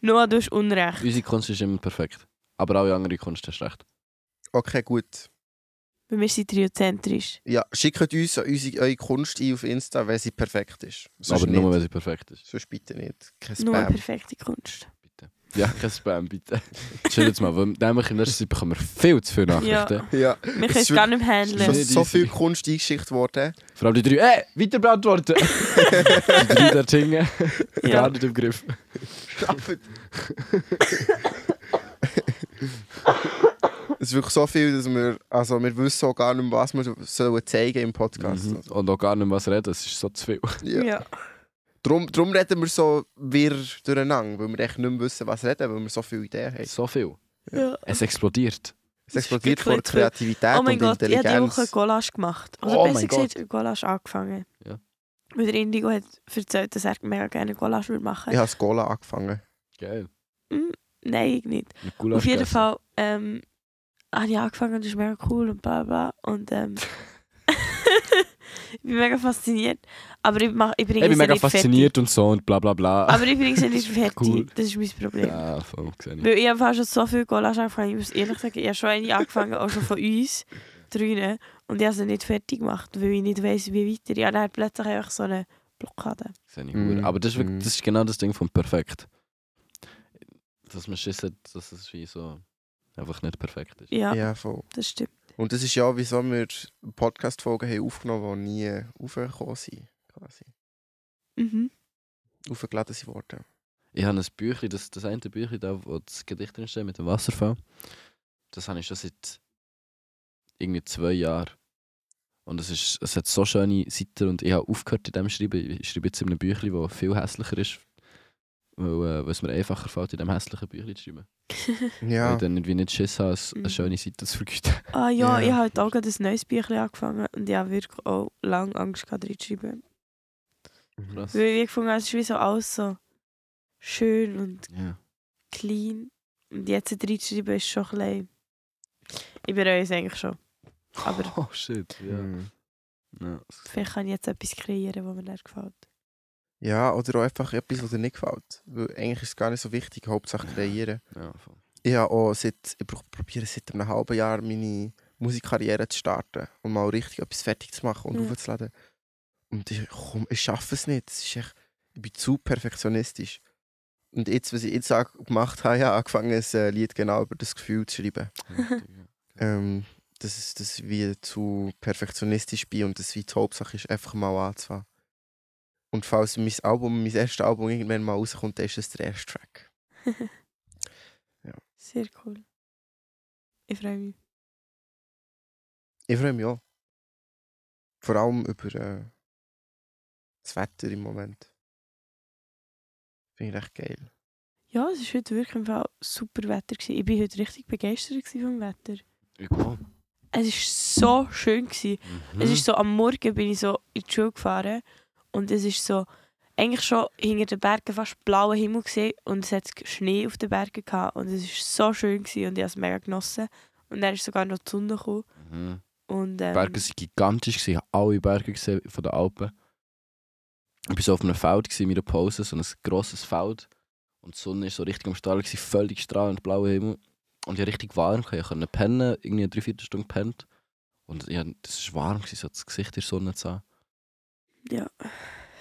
Noah, du hast Unrecht.
Unsere Kunst ist immer perfekt. Aber alle andere Kunst hast recht.
Okay, gut.
Weil wir sind triozentrisch.
Ja, schickt uns unsere, eure Kunst ein auf Insta, wenn sie perfekt ist. Sonst
aber
nicht.
nur, wenn sie perfekt ist.
Sonst bitte nicht. Kein
Nur eine
Spam.
perfekte Kunst.
Bitte. Ja, kein Spam, bitte. Schön jetzt mal, weil nämlich in der Zeit bekommen wir viel zu viele Nachrichten.
Ja,
Wir
Es
können es
wird-
gar nicht mehr
es
Ja.
ist
handeln.
schon
Nicht
so
easy.
viel Kunst eingeschickt worden.
Vor allem die drei, ey, weiter beantworten! die drei dort hingen,
Ja.
gar nicht im Griff.
Schafft. es ist wirklich so viel, dass wir, also wir wissen auch gar nicht, mehr, was wir sollen zeigen im Podcast.
Mhm. Und auch gar nicht mehr was reden, es ist so zu viel.
Ja. Drum, drum reden wir so wir durcheinander, weil wir echt nicht mehr wissen, was reden, weil wir so viele Ideen haben.
So viel.
Ja.
Es explodiert.
Es explodiert
wirklich
vor
zu-
Kreativität
Oh
und
mein Gott, ich habe diese Woche
Intelligenz.
Golasch gemacht. Oder
Oh
besser
mein
gesagt, Gott. Golasch angefangen.
Ja.
Weil der Indigo hat erzählt, dass er mega gerne Golasch würde machen
Ich habe Gola angefangen.
Geil.
Nein, ich nicht.
Mit Gulasch
Auf jeden
gegessen.
Fall ähm, habe ich angefangen und das ist mega cool und bla bla. Und ähm, ich bin mega fasziniert. Aber ich, mach, ich bringe
Ich bin
es
mega
nicht
fasziniert und so und bla bla bla.
Fertig. Aber ich bringe es nicht fertig.
Cool.
Das ist mein Problem.
ja, voll, sehe ich.
Weil ich habe fast schon so viel Gulasch angefangen. Ich muss ehrlich sagen, ich habe schon eine angefangen, auch schon von uns drinnen. Und ich habe sie nicht fertig gemacht, weil ich nicht weiss, wie weiter. Ich habe dann plötzlich einfach so eine Blockade.
Sehe ich
Mhm.
gut. Aber das ist, wirklich,
Mhm.
das ist genau das Ding von perfekt. Dass man Schiss hat, dass es wie so einfach nicht perfekt ist.
Ja,
Ja. voll.
das stimmt.
Und das ist ja, auch, wieso wir Podcast-Folgen haben aufgenommen die nie aufgekommen sind. Quasi.
Mhm.
Aufgeladen sind worden.
Ich habe ein Büchlein, das, das eine Büchlein, da, wo das Gedicht drin steht mit dem Wasserfall. Das habe ich schon seit irgendwie zwei Jahren. Und es, ist, es hat so schöne Seiten und ich habe aufgehört in dem Schreiben. Ich schreibe jetzt in einem Büchlein, das viel hässlicher ist. Weil, äh, weil es mir einfacher fällt, in dem hässlichen Büchlein zu schreiben. Weil
Ja.
ich dann irgendwie nicht Schiss habe, es- eine
Mhm.
schöne Seite zu vergüten.
ah ja,
Ja.
ich habe heute auch gerade ein neues Büchlein angefangen und ich habe wirklich auch lange Angst gehabt, reinzuschreiben.
Krass.
Weil ich gefunden habe, es ist wie so alles so schön und
Ja.
clean. Und jetzt reinzuschreiben ist schon ein bisschen... Ich bereue es eigentlich schon. Aber
Oh shit, ja.
Mhm.
ja.
vielleicht kann ich jetzt etwas kreieren, was mir dann gefällt.
Ja, oder auch einfach etwas, was dir nicht gefällt. Weil eigentlich ist es gar nicht so wichtig, Hauptsache kreieren.
ja voll.
Ich habe auch seit, ich pro- probiere seit einem halben Jahr meine Musikkarriere zu starten und mal richtig etwas fertig zu machen und
Ja.
aufzuladen. Und ich, komm, ich schaffe es nicht. Es ist echt, ich bin zu perfektionistisch. Und jetzt, was ich jetzt auch gemacht habe, ich habe angefangen, ein äh, Lied genau über das Gefühl zu schreiben.
Ja.
Ähm, das ist das, wie ich zu perfektionistisch bin und das, wie die Hauptsache ist, einfach mal anzufangen. Und falls mein Album, mein erstes Album irgendwann mal rauskommt, dann ist das der erste Track.
Sehr cool. Ich freue mich.
Ich freue mich auch. Vor allem über äh, das Wetter im Moment. Finde ich echt geil.
Ja, es war heute wirklich im Fall super Wetter. Gewesen. Ich war heute richtig begeistert gewesen vom Wetter.
Ja.
Es war so schön. Gewesen.
Mhm.
Es ist so, am Morgen bin ich so in die Schule gefahren und es ist so, eigentlich schon hinter den Bergen fast blauer Himmel gesehen und es hat Schnee auf den Bergen gehabt und es ist so schön gewesen und ich habe es mega genossen. Und dann ist sogar noch die Sonne gekommen.
Mhm.
Und,
Die
ähm,
Berge waren gigantisch, gewesen. ich habe alle Berge gesehen von den Alpen. Ich war so auf einem Feld, gewesen, in meiner Pause, so ein grosses Feld. Und die Sonne war so richtig am Strahlen, gewesen, völlig strahlend, blauer Himmel. Und ich war richtig warm, gewesen. ich konnte pennen, irgendwie eine Dreiviertelstunde gepennt. Und ja, das war warm, gewesen, so das Gesicht in der Sonne zu haben.
ja,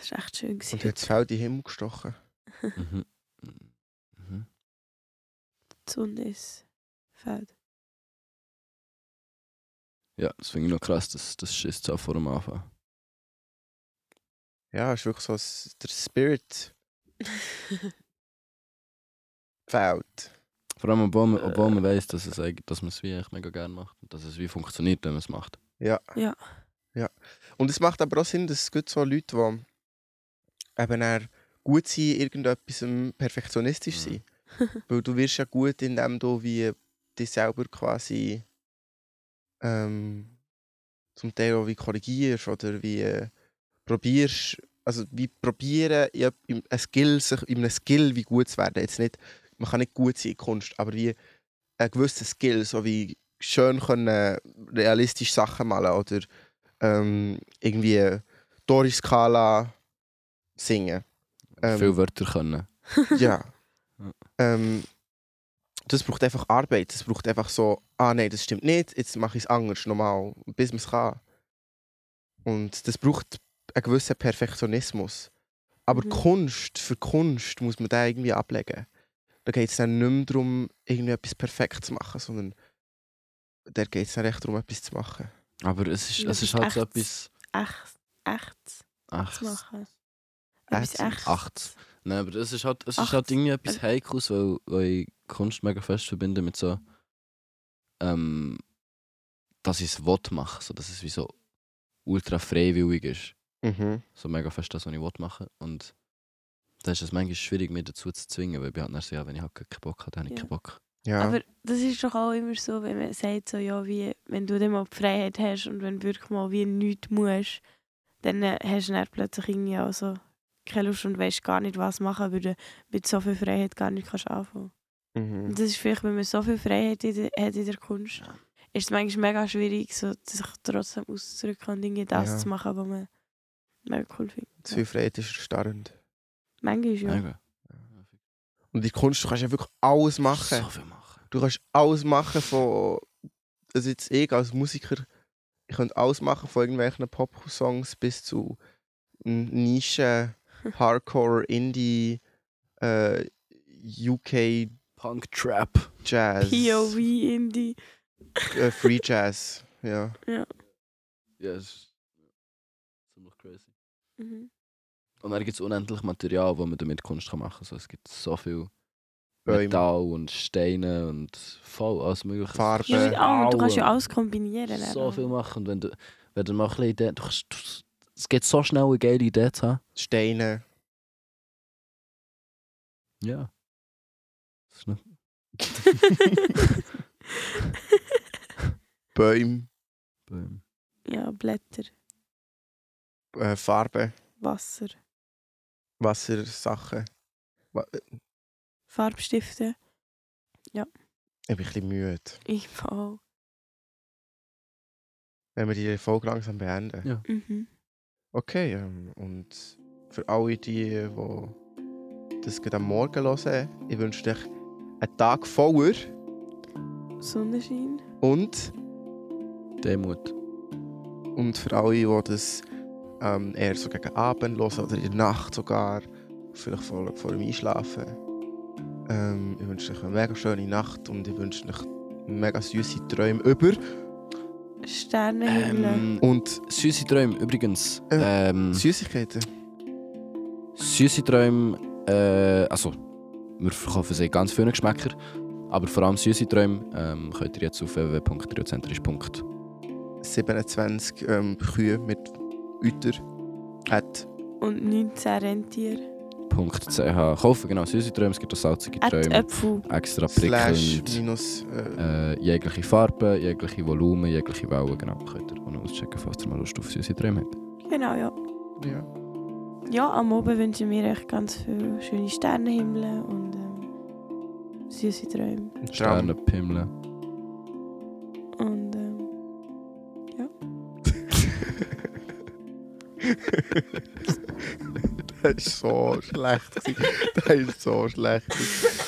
es war echt schön. Gewesen.
Und hat das Feld in den Himmel gestochen.
Mhm. Mhm.
Die Sonne ist fällt.
Ja, das finde ich noch krass, das, das Schiss zu haben vor dem Anfang.
Ja, ist wirklich so ein- der Spirit fehlt.
Vor allem, obwohl man, obwohl man weiss, dass, es, eigentlich- dass man es wie echt mega gerne macht. Und dass es wie funktioniert, wenn man es macht.
Ja.
Ja.
ja. Und es macht aber auch Sinn, dass es gibt so Leute, die eben eher gut sind, in irgendetwas um perfektionistisch
Mhm.
sind. Weil du wirst ja gut, indem du wie dich selber quasi ähm, zum Teil auch wie korrigierst oder wie äh, probierst, also wie probieren, ja, im- ein Skill, sich in einem Skill wie gut zu werden. Jetzt nicht, man kann nicht gut sein in Kunst, aber wie ein gewisser Skill, so wie schön können realistische Sachen malen oder ähm, irgendwie Doris Skala singen. Ähm,
Viele Wörter können.
ja.
Ja.
ähm, das braucht einfach Arbeit. Das braucht einfach so, ah nein, das stimmt nicht, jetzt mache ich es anders, normal, bis man es kann. Und das braucht einen gewissen Perfektionismus. Aber
Mhm.
Kunst, für Kunst muss man da irgendwie ablegen. Da geht es dann nicht mehr darum, irgendwie etwas perfekt zu machen, sondern da geht es dann echt darum, etwas zu machen.
Aber es ist,
Ja,
es ist
das ist
halt so
echt-
etwas.
Echt, echt
Ach,
zu machen.
Echt?
Etwas echt.
Acht. Nein, aber es ist halt, es ist
Acht.
halt irgendwie etwas Heikles, weil, weil ich Kunst mega fest verbinde mit so. Ähm, dass ich es will machen. So, dass es wie so ultra freiwillig ist.
Mhm.
So mega fest das, was ich will machen. Und da ist es manchmal schwierig, mich dazu zu zwingen, weil ich bin halt dann so, ja, wenn ich halt keinen Bock habe, dann habe ich
Ja.
keinen Bock.
Ja.
Aber das ist doch auch immer so, wenn man sagt, so, ja, wie, wenn du dann mal die Freiheit hast und wenn du wirklich mal wie nichts musst, dann äh, hast du dann plötzlich irgendwie auch so keine Lust und weißt gar nicht, was machen, weil du mit so viel Freiheit gar nicht kannst anfangen
mhm.
Und das ist vielleicht, wenn man so viel Freiheit in der, hat in der Kunst,
Ja.
ist es manchmal mega schwierig, so, sich trotzdem auszudrücken und irgendwie das
Ja.
zu machen, was man mega cool findet.
Zu viel Freiheit ist erstarrend.
Manchmal ja.
Mega.
Und in Kunst kannst du ja wirklich alles machen.
So viel machen.
Du kannst alles machen von. Also jetzt ich als Musiker, ich könnte alles machen von irgendwelchen Pop-Songs bis zu Nische, Hardcore, Indie, äh, UK
Punk Trap.
Jazz.
POV, Indie.
Äh, Free Jazz. Ja.
Ja, es ist ziemlich crazy.
Mhm.
Und dann gibt es unendlich Material, das man damit Kunst kann machen kann. Also es gibt so viel
Bäume.
Metall und Steine und voll alles mögliche.
Farben.
Ja, mit allem. Du kannst ja
Allem.
alles kombinieren.
So
eben.
viel machen. Und wenn du, wenn du mal ein bisschen Ideen... Du kannst, du, es geht so schnell, eine geile Idee zu haben.
Steine.
Ja. Das ist nicht-
Bäume.
ähm,
ja, Blätter,
Äh, Farben.
Wasser,
Wassersachen. Wa- äh,
Farbstifte.
Ich bin ein bisschen müde.
Ich auch.
Wenn wir die Folge langsam beenden.
Mhm.
Okay, ähm, und für alle die, die das gerade am Morgen hören, ich wünsche euch einen Tag voller
Sonnenschein.
und,
Demut.
und für alle, die das ähm, eher so gegen Abend hören oder in der Nacht sogar, vielleicht vor, vor dem Einschlafen. Ähm, ich wünsche euch eine mega schöne Nacht und ich wünsche euch mega süße Träume über
Sternenhimmel.
Ähm,
und
süße Träume, übrigens.
Äh,
Ähm,
Süßigkeiten.
Süße Träume, äh, also wir verkaufen sie in ganz viele Geschmäcker, aber vor allem süße Träume ähm, könnt ihr jetzt auf www.triozentrisch.com
27 ähm, Kühe mit Euter. Hat
Und 19 Rentier.
www.süßeträume.ch Kaufen genau süße Träume, es gibt auch salzige
At
Träume,
Äpfel.
extra
Slash
prickelnd,
minus. Äh,
äh, jegliche Farben, jegliche Volumen, jegliche Wellen, genau, könnt ihr auch noch auschecken, falls ihr mal Lust auf süße Träume habt.
Genau, ja.
ja.
Ja, am Abend wünschen wir euch ganz viele schöne Sternenhimmel und ähm, süße Träume.
Traum.
Sternenpimmeln.
Und ähm,
das ist so schlecht. gewesen. Das ist so schlecht. gewesen.